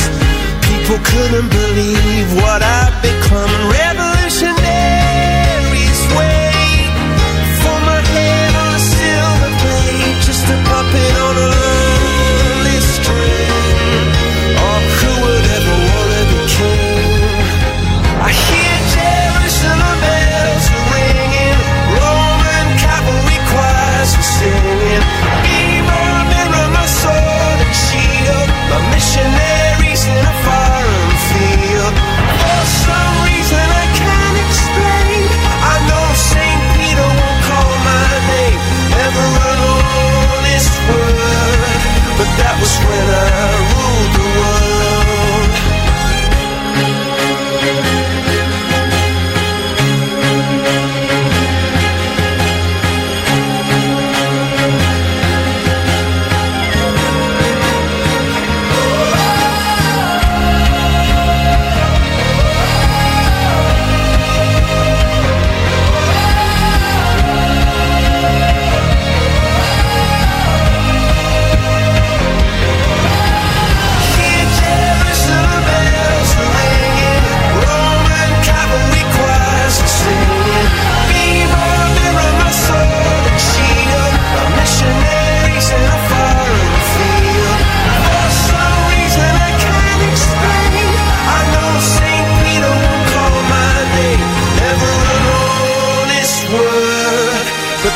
K: People couldn't believe what I'd become. Revolutionaries wait for my head on a silver plate, just a puppet on a lonely string. Oh, who would ever wanna be king? I hear Jerusalem bells are ringing, Roman cavalry choirs are singing. Beamer, mirror, my sword and shield, my missionaries in a foreign field. For some reason I can't explain, I know Saint Peter won't call my name, never an honest word, but that was when I ruled the world.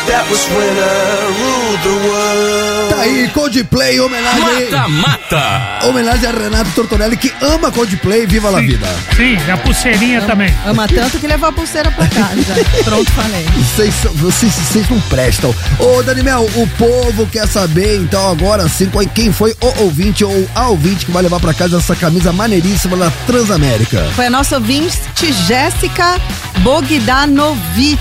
K: That was when I ruled the world.
B: Tá aí, Coldplay, homenagem.
J: Mata, mata.
B: Homenagem a Renato Tortorelli, que ama Coldplay, viva la vida.
A: Sim, e a pulseirinha também.
C: Ama tanto que levou a pulseira pra casa.
B: *laughs*
C: Pronto, falei.
B: Vocês, são- vocês, vocês não prestam. Ô, Daniel, o povo quer saber, então, agora sim, qual- quem foi o ouvinte ou a ouvinte que vai levar pra casa essa camisa maneiríssima da Transamérica.
C: Foi a nossa ouvinte Jéssica Bogdanovics.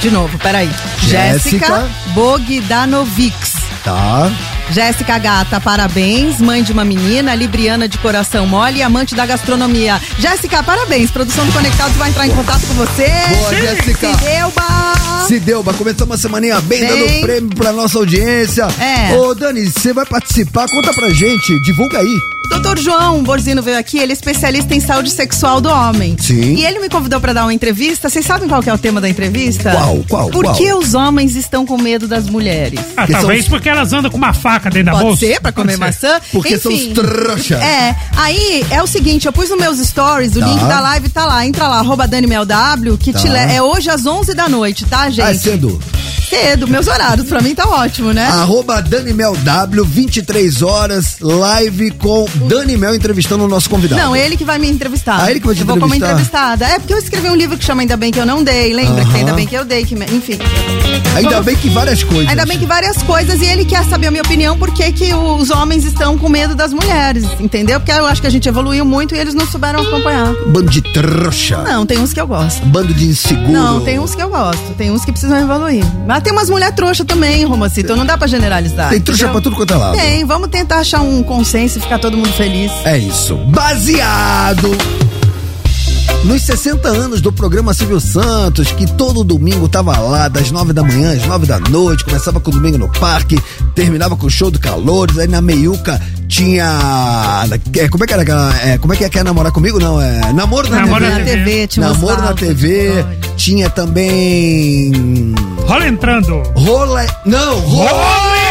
C: De novo, peraí.
B: Jéssica
C: Jéssica Bogdanovics.
B: Tá.
C: Ah. Jéssica Gata, parabéns, mãe de uma menina, libriana de coração mole e amante da gastronomia. Jéssica, parabéns, produção do Conectados vai entrar em contato com você.
B: Boa, Jéssica.
C: Se deu, ba-
B: Se deu, vai começar uma semaninha bem,
C: Bem.
B: dando prêmio pra nossa audiência.
C: É.
B: Ô, Dani, você vai participar? Conta pra gente, divulga aí.
C: Doutor João Borzino veio aqui, ele é especialista em saúde sexual do homem.
B: Sim.
C: E ele me convidou pra dar uma entrevista. Vocês sabem qual que é o tema da entrevista?
B: Qual, qual,
C: Por
B: qual?
C: que os homens estão com medo das mulheres?
A: Ah, talvez porque elas andam com uma faca dentro da
C: Pode
A: bolsa.
C: ser, pra comer
A: Pode ser.
C: maçã. Enfim. É, aí é o seguinte, eu pus nos meus stories, o
A: Tá.
C: link da live tá lá, entra lá, arroba DaniMelW, que te
B: Tá.
C: le- é hoje às 11 da noite, tá, gente?
B: Ah, é cedo.
C: Cedo, meus horários, pra mim tá ótimo, né?
B: Arroba Dani Mel W, 23 horas, live com Dani Mel entrevistando o nosso convidado.
C: Não, ele que vai me entrevistar.
B: Então, tá. Ah, ele que vai te
C: Eu vou como
B: entrevistar?
C: entrevistada. É porque eu escrevi um livro que chama Ainda Bem Que Eu Não Dei, lembra?
B: Aham.
C: Que tem Ainda Bem Que Eu Dei, que me- enfim.
B: Ainda bem que várias coisas.
C: Ainda bem que várias coisas e ele quer saber a minha opinião por que, que os homens estão com medo das mulheres, entendeu? Porque eu acho que a gente evoluiu muito e eles não souberam acompanhar.
B: Bando de trouxa.
C: Não, tem uns que eu gosto.
B: Bando de inseguro.
C: Não, tem um uns que eu gosto. Tem uns que precisam evoluir. Mas tem umas mulheres trouxa também, Romacito. Não dá pra generalizar.
B: Tem trouxa
C: entendeu?
B: pra tudo quanto é lado.
C: Tem, vamos tentar achar um consenso e ficar todo mundo feliz.
B: É isso. Baseado nos 60 anos do programa Silvio Santos, que todo domingo tava lá, das 9 da manhã às 9 da noite, começava com o domingo no parque, terminava com o show do Calores, aí na meiuca tinha. é, como é que era aquela. é, como é que é Quer Namorar Comigo? Não, é. Namoro na
C: Namoro
B: TV.
C: na TV, tinha um umas
B: Namoro na
C: pautas,
B: TV. Tinha também.
A: Rola entrando.
B: Rola. Não, rola.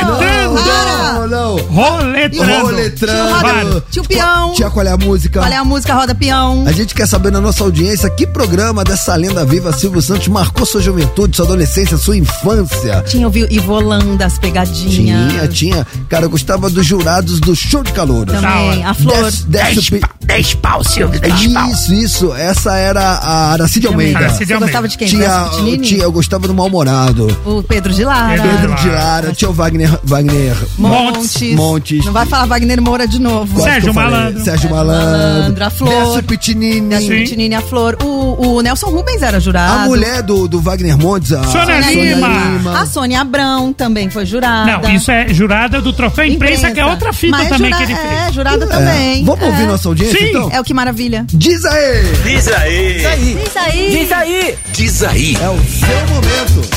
A: Roletrando.
B: Não, não, não.
C: um
A: Roletrando.
B: Roletrando.
A: Vai.
C: Tio um Peão.
B: Tinha qual é a música?
C: Qual é a música Roda Peão?
B: A gente quer saber na nossa audiência que programa dessa lenda viva Silvio Santos marcou sua juventude, sua adolescência, sua infância.
C: Tinha ouvido Ivolanda, as pegadinhas.
B: Tinha, tinha. Cara, eu gostava dos jurados do show de calor.
C: Também, a Flor.
B: Desce, desce, o pe-
O: 10 pau, Silvio, 10 pau.
B: Isso, isso. Essa era a Aracide Almeida.
A: Aracide Você Almeida.
C: gostava de quem?
B: Tinha,
C: Francisco Tinini?
B: tinha, eu gostava do Mal-Humorado.
C: O Pedro de Lara.
B: Pedro de Lara, tinha o Wagner. Wagner.
C: Montes.
B: Montes.
C: Não vai falar Wagner Moura de novo.
B: Quase que eu falei. Sérgio Malandro.
C: Malandra, Flor.
B: Décio Pitinini.
C: Pitinini, a Flor. O, o Nelson Rubens era jurado.
B: A mulher do, do Wagner Montes. A
A: Sônia Lima.
C: A Sônia Abrão também foi jurada.
A: Não, isso é jurada do troféu imprensa, que é outra fita
C: Mas
A: também
C: jura-
A: que ele fez.
C: É, jurada também.
B: Vamos ouvir
C: É.
B: nossa audiência,
A: Sim.
B: então?
C: É o que maravilha.
B: Diz aí!
E: Diz aí.
C: Diz aí.
N: Diz aí!
E: Diz aí.
B: É o seu momento.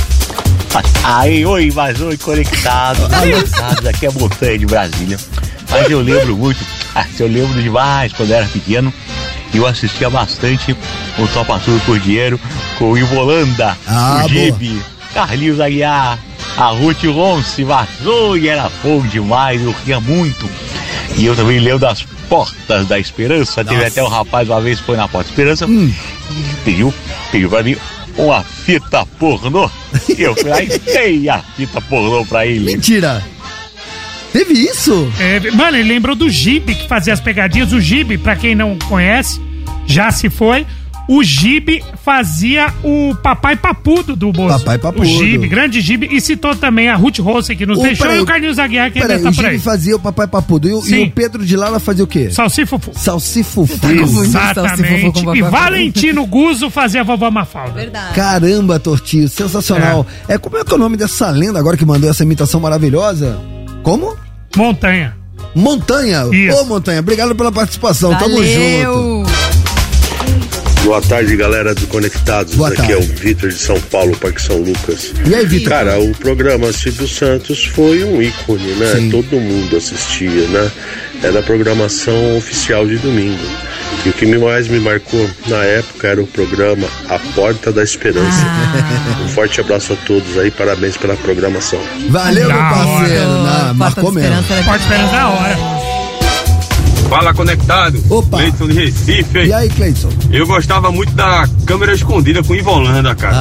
P: Aí, oi, mais um conectado. Conectados, aqui é a Montanha de Brasília. Mas eu lembro muito, *laughs* ah, eu lembro demais quando era pequeno. Eu assistia bastante o Topa Tudo por Dinheiro com o Ivolanda,
B: Ah, boa.
P: o Gibi, Carlinhos Aguiar, Ah, a Ruth Ronce, vazou e era fogo demais, eu ria muito. E eu também lembro das Portas da Esperança. Teve até um rapaz uma vez que foi na Porta da Esperança
B: Hum.
P: e pediu, pediu pra mim uma fita pornô. E eu falei, "Ai, dei a fita pornô pra ele.
B: Mentira. Teve isso?
A: É, mano, ele lembrou do Gibe que fazia as pegadinhas. O Gibe, pra quem não conhece, já se foi. O Gibe fazia o Papai Papudo do Bozo.
B: Papai Papudo.
A: O Gibe, grande Gibe. E citou também a Ruth Rose, que nos
B: O-
A: deixou,
B: peraí,
A: e o Carlinhos Aguiar, que ainda
B: Peraí,
A: tá
B: o
A: por
B: Gibi
A: aí.
B: fazia o Papai Papudo. E, o-
A: Sim. Tá
B: e o Pedro de Lara fazia o quê?
A: Salsifufu.
B: Salsifufu.
A: Exatamente. E Valentino Guzzo fazia a vovó Mafalda.
C: Verdade.
B: Caramba, Tortinho, sensacional. É. como é que é o nome dessa lenda agora que mandou essa imitação maravilhosa? Como?
A: Montanha.
B: Montanha.
A: Isso.
B: Ô, Montanha, obrigado pela participação. Tamo junto.
C: Valeu.
Q: Boa tarde, galera do Conectados.
B: Boa
Q: Aqui
B: tarde.
Q: é o Vitor de São Paulo, Parque São Lucas.
B: E aí, Vitor?
Q: Cara, o programa Silvio Santos foi um ícone, né? Todo mundo assistia, né? Era a programação oficial de domingo. E o que me- mais me marcou na época era o programa A Porta da Esperança.
C: Ah.
Q: Um forte abraço a todos aí, parabéns pela programação.
B: Valeu, meu
A: Da
B: parceiro. *laughs* Não, marcou mesmo.
C: né?
A: Pode esperar da hora.
R: Fala conectado. *laughs*
B: Opa.
R: Leidson de Recife. hein?
B: E aí, Cleiton?
R: Eu gostava muito da câmera escondida com Ivolanda, cara.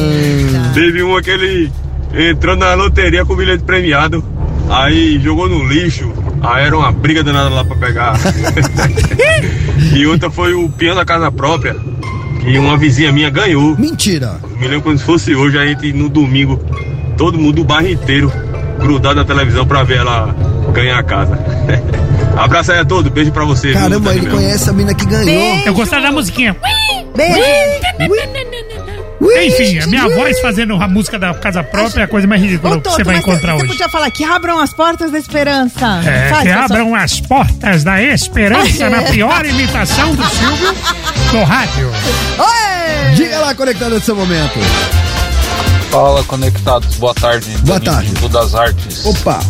R: *laughs* Teve um aquele entrou na loteria com bilhete premiado. Aí jogou no lixo. Aí era uma briga danada lá pra pegar. *laughs* e outra foi o peão da casa própria. Que uma vizinha minha ganhou.
B: Mentira.
R: Me lembro como se fosse hoje, a gente no domingo, todo mundo, o bairro inteiro, grudado na televisão pra ver ela ganhar a casa. *laughs* Abraço aí a todos, beijo pra vocês.
B: Caramba, ele
R: viu, Daniel?
B: conhece a mina que ganhou.
A: Eu gostava da musiquinha. Enfim, a minha voz fazendo a música da casa própria é a coisa mais ridícula
C: Ô,
A: que você
C: Toto,
A: vai
C: mas
A: encontrar
C: você
A: hoje.
C: podia falar que abram as portas da esperança.
A: É,
C: Faz, É.
A: que
C: pessoal.
A: abram as portas da
C: *laughs*
A: esperança na pior imitação do Silvio do rádio.
C: Oi!
B: Diga lá, é conectado nesse tá momento.
S: Fala, conectados. Boa tarde.
B: Boa
S: Danilo
B: tarde.
S: Pinto das artes.
B: Opa.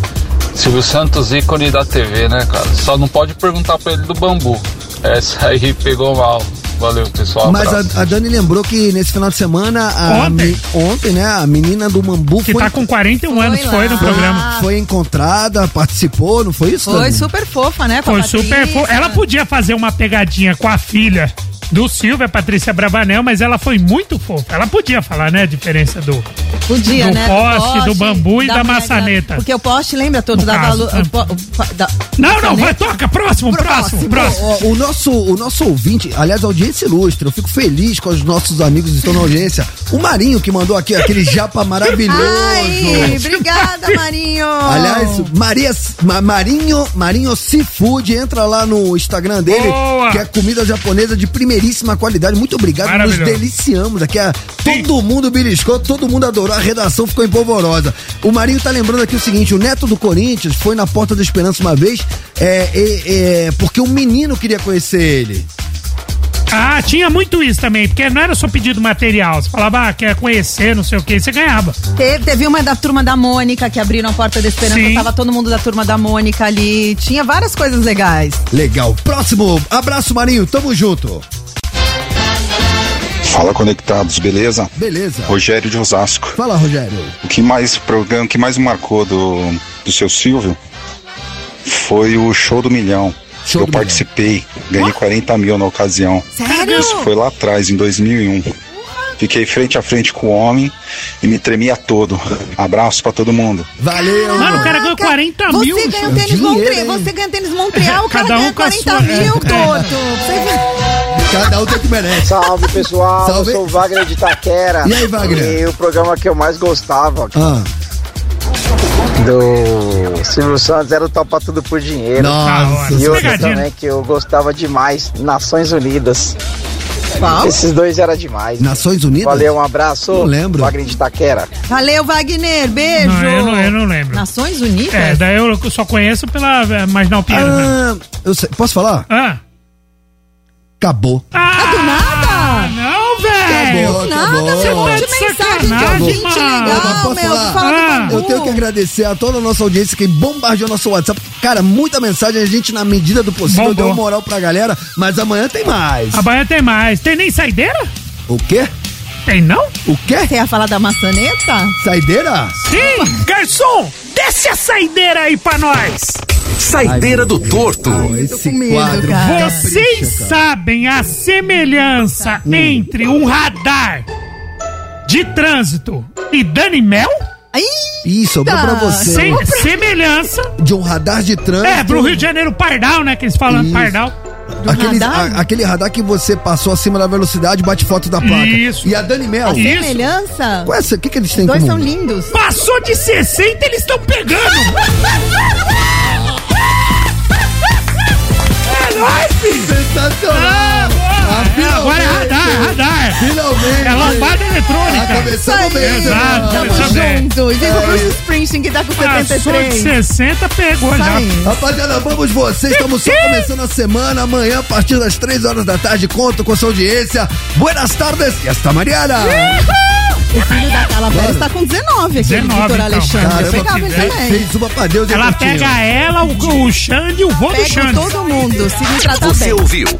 S: Silvio Santos, ícone da TV, né, cara? Só não pode perguntar pra ele do bambu. Essa aí pegou mal. Valeu,
G: Um
S: pessoal.
B: Mas
S: abraço.
B: a, a Dani lembrou que nesse final de semana. A
A: Ontem.
B: me- ontem, né? A menina do Mambu
A: Que
B: foi. Ah.
A: tá com 41 anos, foi no
C: lá. Ah,
A: programa.
B: Foi encontrada, participou, não foi isso?
C: Foi
B: Dani?
C: super fofa, né? com a
A: Foi
C: Patrícia.
A: super fofo. Ela podia fazer uma pegadinha com a filha do Silva, a Patrícia Bravanel, mas ela foi muito fofa. Ela podia falar, né, a diferença do,
C: Podia,
A: do,
C: né?
A: poste, do bambu e
C: mulher
A: da,
C: que-
A: maçaneta.
C: Porque o poste, lembra todo,
A: No
C: da
A: caso,
C: valor.
A: né? Não, não, vai, toca, próximo, próximo, próximo.
B: O, o nosso, o nosso ouvinte, aliás, audiência ilustre, eu fico feliz com os nossos amigos que estão na audiência. O Marinho que mandou aqui aquele japa maravilhoso.
C: Ai, obrigada,
A: *laughs*
C: Marinho.
B: Aliás,
A: Oh.
B: Maria, Ma- Marinho, Marinho Seafood, entra lá no Instagram dele,
A: Boa!
B: que é comida japonesa de primeiríssima qualidade. Muito obrigado, nos
A: Maravilhoso.
B: deliciamos aqui. é- Todo mundo beliscou, todo mundo adorou, a redação ficou empolvorosa. O Marinho tá lembrando aqui o seguinte, o neto do Corinthians foi na Porta da Esperança uma vez, é, é, é, porque um menino queria conhecer ele.
A: Ah, tinha muito isso também, porque não era só pedido material. Você falava, ah, quer conhecer, não sei o que, você ganhava.
C: Te- Teve uma da turma da Mônica que abriram a porta da esperança.
A: Sim.
C: Tava todo mundo da turma da Mônica ali. Tinha várias coisas legais.
B: Legal. Próximo, abraço Marinho, tamo junto.
T: Fala conectados, beleza?
B: Beleza.
T: Rogério de Osasco.
B: Fala, Rogério.
T: O que mais programa, o que mais marcou do, do seu Silvio foi o show do milhão. eu participei, ganhei 40 mil na ocasião.
C: Sério?
T: Isso foi lá atrás, em 2001. Fiquei frente a frente com o homem e me tremia todo. Abraço pra todo mundo.
B: Valeu!
A: Mano, o cara ganhou 40
C: Você
A: mil.
C: ganha um tênis Montreal, você ganha tênis Montreal, o cara
A: Cada um
C: ganha
A: com a
C: 40
A: sua, *laughs* né?
C: mil,
A: É.
C: Toto. Você-
B: Cada um tem que merece.
U: Salve pessoal,
B: Salve.
U: eu sou o Wagner de Itaquera.
B: E aí, Wagner?
U: E o programa que eu mais gostava
B: Ah.
U: do Silvio Santos era o Topa Tudo por Dinheiro.
B: Nossa,
U: e outro
B: pegadinha.
U: também é que eu gostava demais, Nações Unidas.
C: Qual?
U: Esses dois era demais.
B: Nações Unidas?
U: Valeu, um abraço.
B: Não lembro.
U: Wagner de Itaquera.
C: Valeu, Wagner. Beijo.
A: Não, eu não, eu não lembro.
C: Nações Unidas?
A: É, daí eu só conheço pela eh, Marginal Pinheiro. né?
B: Ah, eu sei- posso falar?
A: Ah.
B: Acabou.
A: Ah, do nada? Tá Não, velho.
B: Acabou, acabou.
A: É, Você tá de sacanagem, mano.
B: Posso falar?
C: um
A: Ah.
B: Eu tenho que agradecer a toda a nossa audiência que bombardeou nosso WhatsApp. Cara, muita mensagem, a gente, na medida do possível,
A: Bombou.
B: deu moral pra galera, mas amanhã tem mais.
A: A Bahia tem mais. Tem nem saideira?
B: O quê?
A: Tem não?
B: O quê?
C: Você ia falar da maçaneta?
B: Saideira?
A: Sim! Garçom, desce a saideira aí pra nós!
E: Saideira do torto.
B: esse
A: quadro. Vocês sabem a semelhança entre um radar de trânsito e Dani Mel?
B: Ih, sobrou pra você.
A: Sem- semelhança.
B: De um radar de trânsito.
A: É, pro Rio de Janeiro Pardal, né? Que eles falam
B: Isso.
A: Pardal.
B: Aquele
A: radar?
B: a- aquele radar que você passou acima da velocidade, bate foto da placa.
A: Isso.
B: E a Dani Mel.
C: A semelhança?
B: Qual é essa? O que, que eles têm em
C: Dois
B: comum?
C: são lindos.
A: Passou de 60, eles estão pegando! É nóis, filho!
B: Sensacional!
A: É, agora é radar, é radar!
B: Finalmente!
A: É lambada eletrônica!
B: Ah, começamos
A: Isso Ah, aí,
B: bem,
A: Exato,
B: Tamo
A: começamos bem.
C: Junto. E vem com o
B: É.
C: Bruce Springsteen que tá com
A: Passou de
C: 73.
A: 60, pegou já.
B: Rapaziada, vamos vocês. Estamos só começando a semana. Amanhã, a partir das 3 horas da tarde, conto com a sua audiência. Buenas tardes e hasta Mariana.
C: O filho da Talavera está com 19 aqui,
A: 19,
C: Vitor
A: então.
C: Alexandre.
A: Caramba,
C: eu pegava ele
A: fez-
C: também.
B: Fez uma pra Deus e
A: Ela
B: curtiu.
A: pega ela, o, o Xande e o vô do
C: Pega
A: Xande.
C: todo mundo, se me tratar
E: Você
C: bem.
E: ouviu